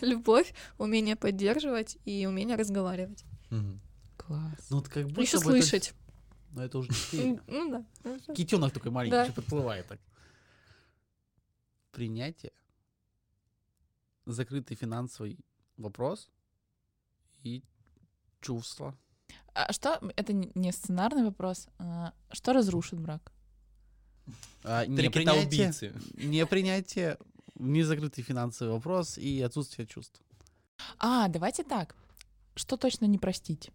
C: Любовь, умение поддерживать и умение разговаривать.
B: Мгм.
D: Класс.
A: Ну вот как будто
C: Еще
A: бы это-
C: слышать.
A: Ну это уже четыре.
C: М, Ну да. Ну, да.
A: Китенок такой маленький,
C: Да.
A: еще подплывает так. Принятие. Закрытый финансовый вопрос. И чувство.
D: А что, это не не сценарный вопрос, а что разрушит брак?
A: А,
B: Три кита
A: непринятие,
B: убийцы.
A: непринятие, незакрытый финансовый вопрос и отсутствие чувств.
D: А, давайте так. Что точно не простить?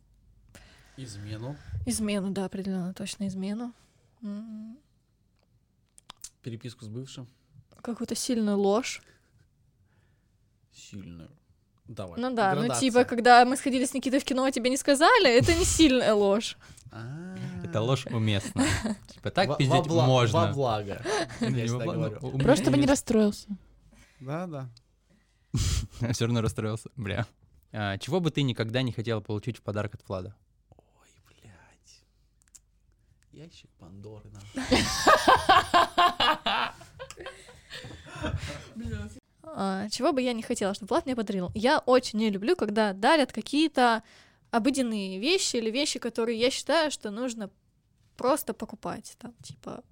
A: Измену.
C: Измену, да, определенно, точно измену. М-м, М,
A: Переписку с бывшим.
C: Какую-то сильную ложь.
A: Сильную. Давай.
C: Ну да, ну
A: Градация.
C: типа, когда мы сходили с Никитой в кино, а тебе не сказали, это не сильная ложь.
A: А.
B: Это ложь уместна. Типа так
A: Во-
B: пиздить
A: во бла- Во
B: можно.
A: благо. Я
B: Не,
A: всегда
B: во благо,
A: говорю.
B: но у меня
D: Просто бы не
B: есть-
D: расстроился.
A: Да, да.
B: Все равно расстроился. Бля. А, Чего бы ты никогда не хотела получить в подарок от Влада?
A: Ой, блядь. Ящик Пандоры нам.
C: А, чего бы я не хотела, чтобы Влад мне подарил. Я очень не люблю, когда дарят какие-то обыденные вещи или вещи, которые я считаю, что нужно просто покупать. Там, типа,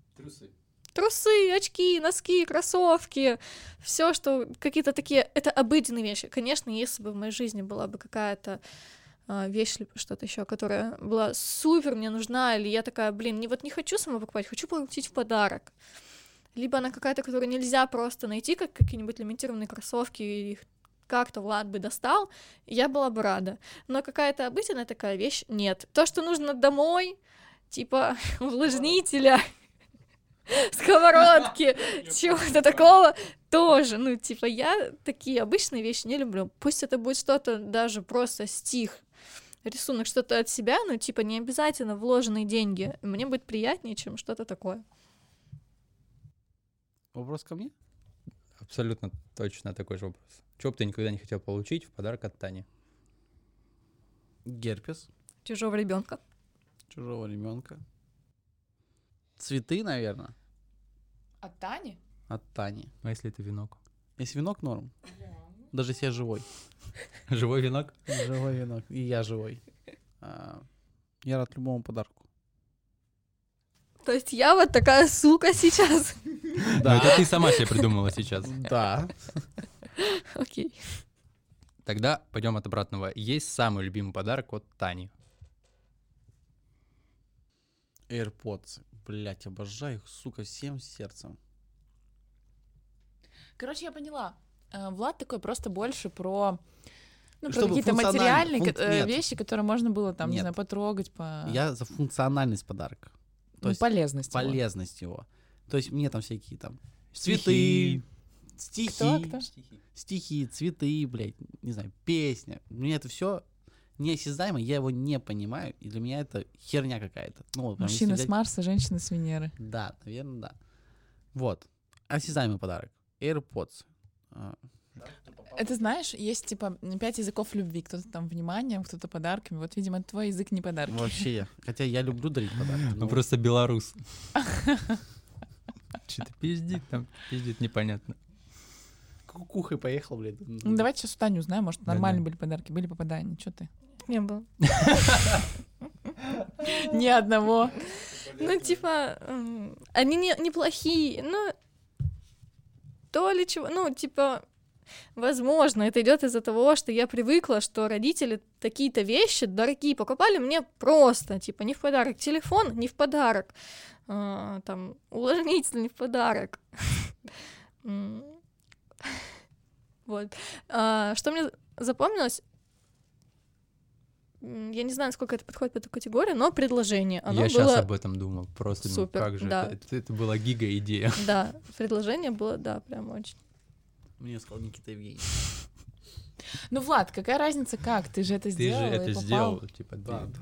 C: трусы, очки, носки, кроссовки, все, что какие-то такие, это обыденные вещи. Конечно, если бы в моей жизни была бы какая-то а, вещь или что-то еще, которая была супер мне нужна, или я такая, блин, не вот не хочу сама покупать, хочу получить в подарок. Либо она какая-то, которую нельзя просто найти, как какие-нибудь лимитированные кроссовки, и их как-то Влад бы достал, я была бы рада. Но какая-то обыденная такая вещь нет. То, что нужно домой, типа увлажнителя, сковородки, чего-то такого, тоже, ну, типа, я такие обычные вещи не люблю. Пусть это будет что-то даже просто стих, рисунок, что-то от себя, но, типа, не обязательно вложенные деньги. Мне будет приятнее, чем что-то такое.
A: Вопрос ко мне?
B: Абсолютно точно такой же вопрос. Чего бы ты никогда не хотел получить в подарок от Тани?
A: Герпес
C: Чужого ребенка.
A: чужого ребенка. Цветы, наверное,
D: А Тани?
A: от Тани.
B: А если это венок?
A: Если венок норм. Даже если я живой.
B: Живой венок?
A: Живой венок. И я живой. А, Я рад любому подарку.
C: То есть я вот такая сука сейчас.
B: Да. Ну, это ты сама себе придумала сейчас.
A: Да.
C: Окей.
B: Тогда пойдем от обратного. Есть самый любимый подарок от Тани.
A: AirPods. Блять, обожаю их, сука, всем сердцем.
D: Короче, я поняла. Э, Влад такой просто больше про ну, про
A: Чтобы
D: какие-то
A: функционально-
D: материальные
A: функ-
D: ко- э,
A: нет.
D: вещи, которые можно было там, не
A: Нет.
D: знаю, потрогать, по...
A: Я за функциональность подарка.
D: ну,
A: есть
D: полезность. его.
A: Полезность его. То есть мне там всякие там
B: Стихи.
A: цветы, стихи,
D: Кто, кто?
A: стихи, цветы, блядь, не знаю, песня. Мне это все неосязаемо, я его не понимаю, и для меня это херня какая-то. Ну, вот прям если
D: Мужчина с
A: взять-
D: Марса, женщина с Венеры.
A: Да, наверное, да. Вот. Осязаемый подарок. AirPods. А,
D: Это знаешь, есть типа м, пять языков любви. Кто-то там вниманием, кто-то подарками. Вот, видимо, твой язык не подарки.
A: Вообще, я- хотя я люблю дарить подарки.
B: Ну
A: но-
B: просто белорус. Что-то пиздит там, пиздит непонятно.
A: кукухой поехал, блядь.
D: Ну, давайте сейчас у Тани узнаем, может,
B: Да-да.
D: нормально были подарки, были попадания. Что ты?
C: Не было.
D: Ни одного.
C: Ну, типа, м, они не, неплохие, но то ли чего, ну, типа, возможно, это идет из-за того, что я привыкла, что родители такие-то вещи дорогие покупали мне просто, типа, не в подарок телефон, не в подарок, а, там, увлажнитель не в подарок. М. Вот. А, Что мне запомнилось, М, я не знаю, насколько это подходит под эту категорию, но предложение. Оно
B: Я
C: было...
B: сейчас об этом думал. Просто думаю,
C: супер,
B: как же
C: да.
B: это- это- это была гига идея.
C: Да, предложение было, да, прям очень.
A: Мне сказал Никита Евгений.
D: Ну, Влад, какая разница как? Ты же это
B: Ты же
D: сделал.
B: это сделал, типа,
A: Да,
B: ты-
A: да.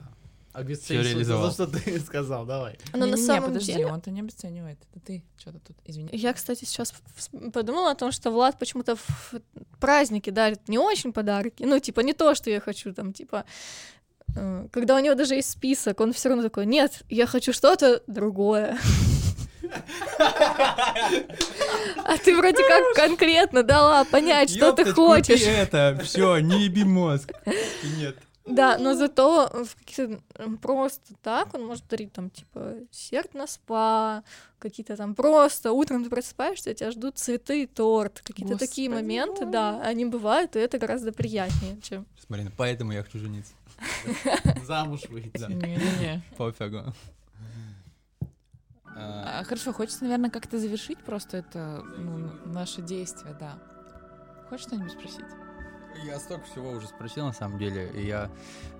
A: Обесценил,
B: Всё реализовал.
A: А за что ты сказал, давай.
C: Но на самом
D: подожди,
C: деле...
D: он-то не обесценивает. Это ты что-то тут, извини.
C: Я, кстати, сейчас вс- подумала о том, что Влад почему-то в праздники дарит не очень подарки. Ну, типа, не то, что я хочу, там, типа... э, Когда у него даже есть список, он все равно такой, нет, я хочу что-то другое. А ты вроде как конкретно дала понять, что ты
B: Ёптать, купи
C: хочешь.
B: это, все, не еби мозг. И Нет.
C: Да, но зато в каких-то, м, просто так он может дарить там, типа, серд на спа, какие-то там просто утром ты просыпаешься, а тебя ждут цветы и торт. Какие-то такие
D: Господи
C: моменты,
D: боже.
C: да, они бывают, и это гораздо приятнее, чем...
B: Сейчас, Марина, ну, поэтому я хочу жениться.
A: Замуж выйти.
B: Да,
D: Не-не-не.
B: пофигу. А,
D: А, Хорошо, хочется, наверное, как-то завершить просто это ну, н- наше действие, да. Хочешь что-нибудь спросить?
B: Я столько всего уже спросил, на самом деле. И я,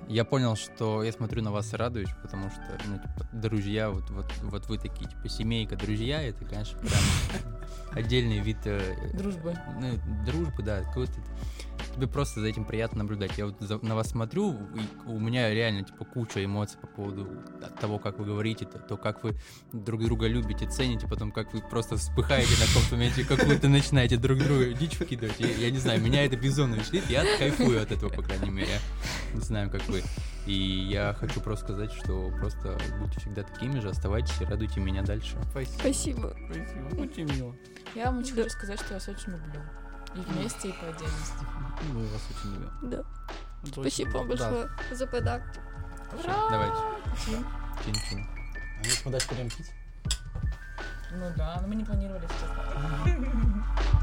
B: я понял, что я смотрю на вас и радуюсь, потому что, ну, типа, друзья, вот, вот, вот вы такие, типа, семейка, друзья, это, конечно, прям отдельный вид... э,
D: Дружбы.
B: ну, дружбы, да, какой-то... Тебе просто за этим приятно наблюдать. Я вот за- на вас смотрю, и у меня реально, типа, куча эмоций по поводу от того, как вы говорите, то, то, как вы друг друга любите, цените, потом, как вы просто вспыхаете на каком-то моменте, как вы начинаете друг другу дичь вкидывать. Я, я не знаю, меня это безумно веселит, я кайфую от этого, по крайней мере. Не знаю, как вы. И я хочу просто сказать, что просто будьте всегда такими же, оставайтесь и радуйте меня дальше.
A: Спасибо.
C: Спасибо.
A: Спасибо. Очень мило.
D: Я вам очень
C: Да.
D: хочу сказать, что я вас очень люблю. И вместе, и по отдельности.
A: И Мы вас очень любим.
C: Да.
A: Это очень
C: Спасибо вам
A: круто. Да.
C: большое за подарок.
D: Ура!
B: Давайте. Чин-чин.
A: А если мы дальше будем пить?
D: Ну да, но мы не планировали сейчас.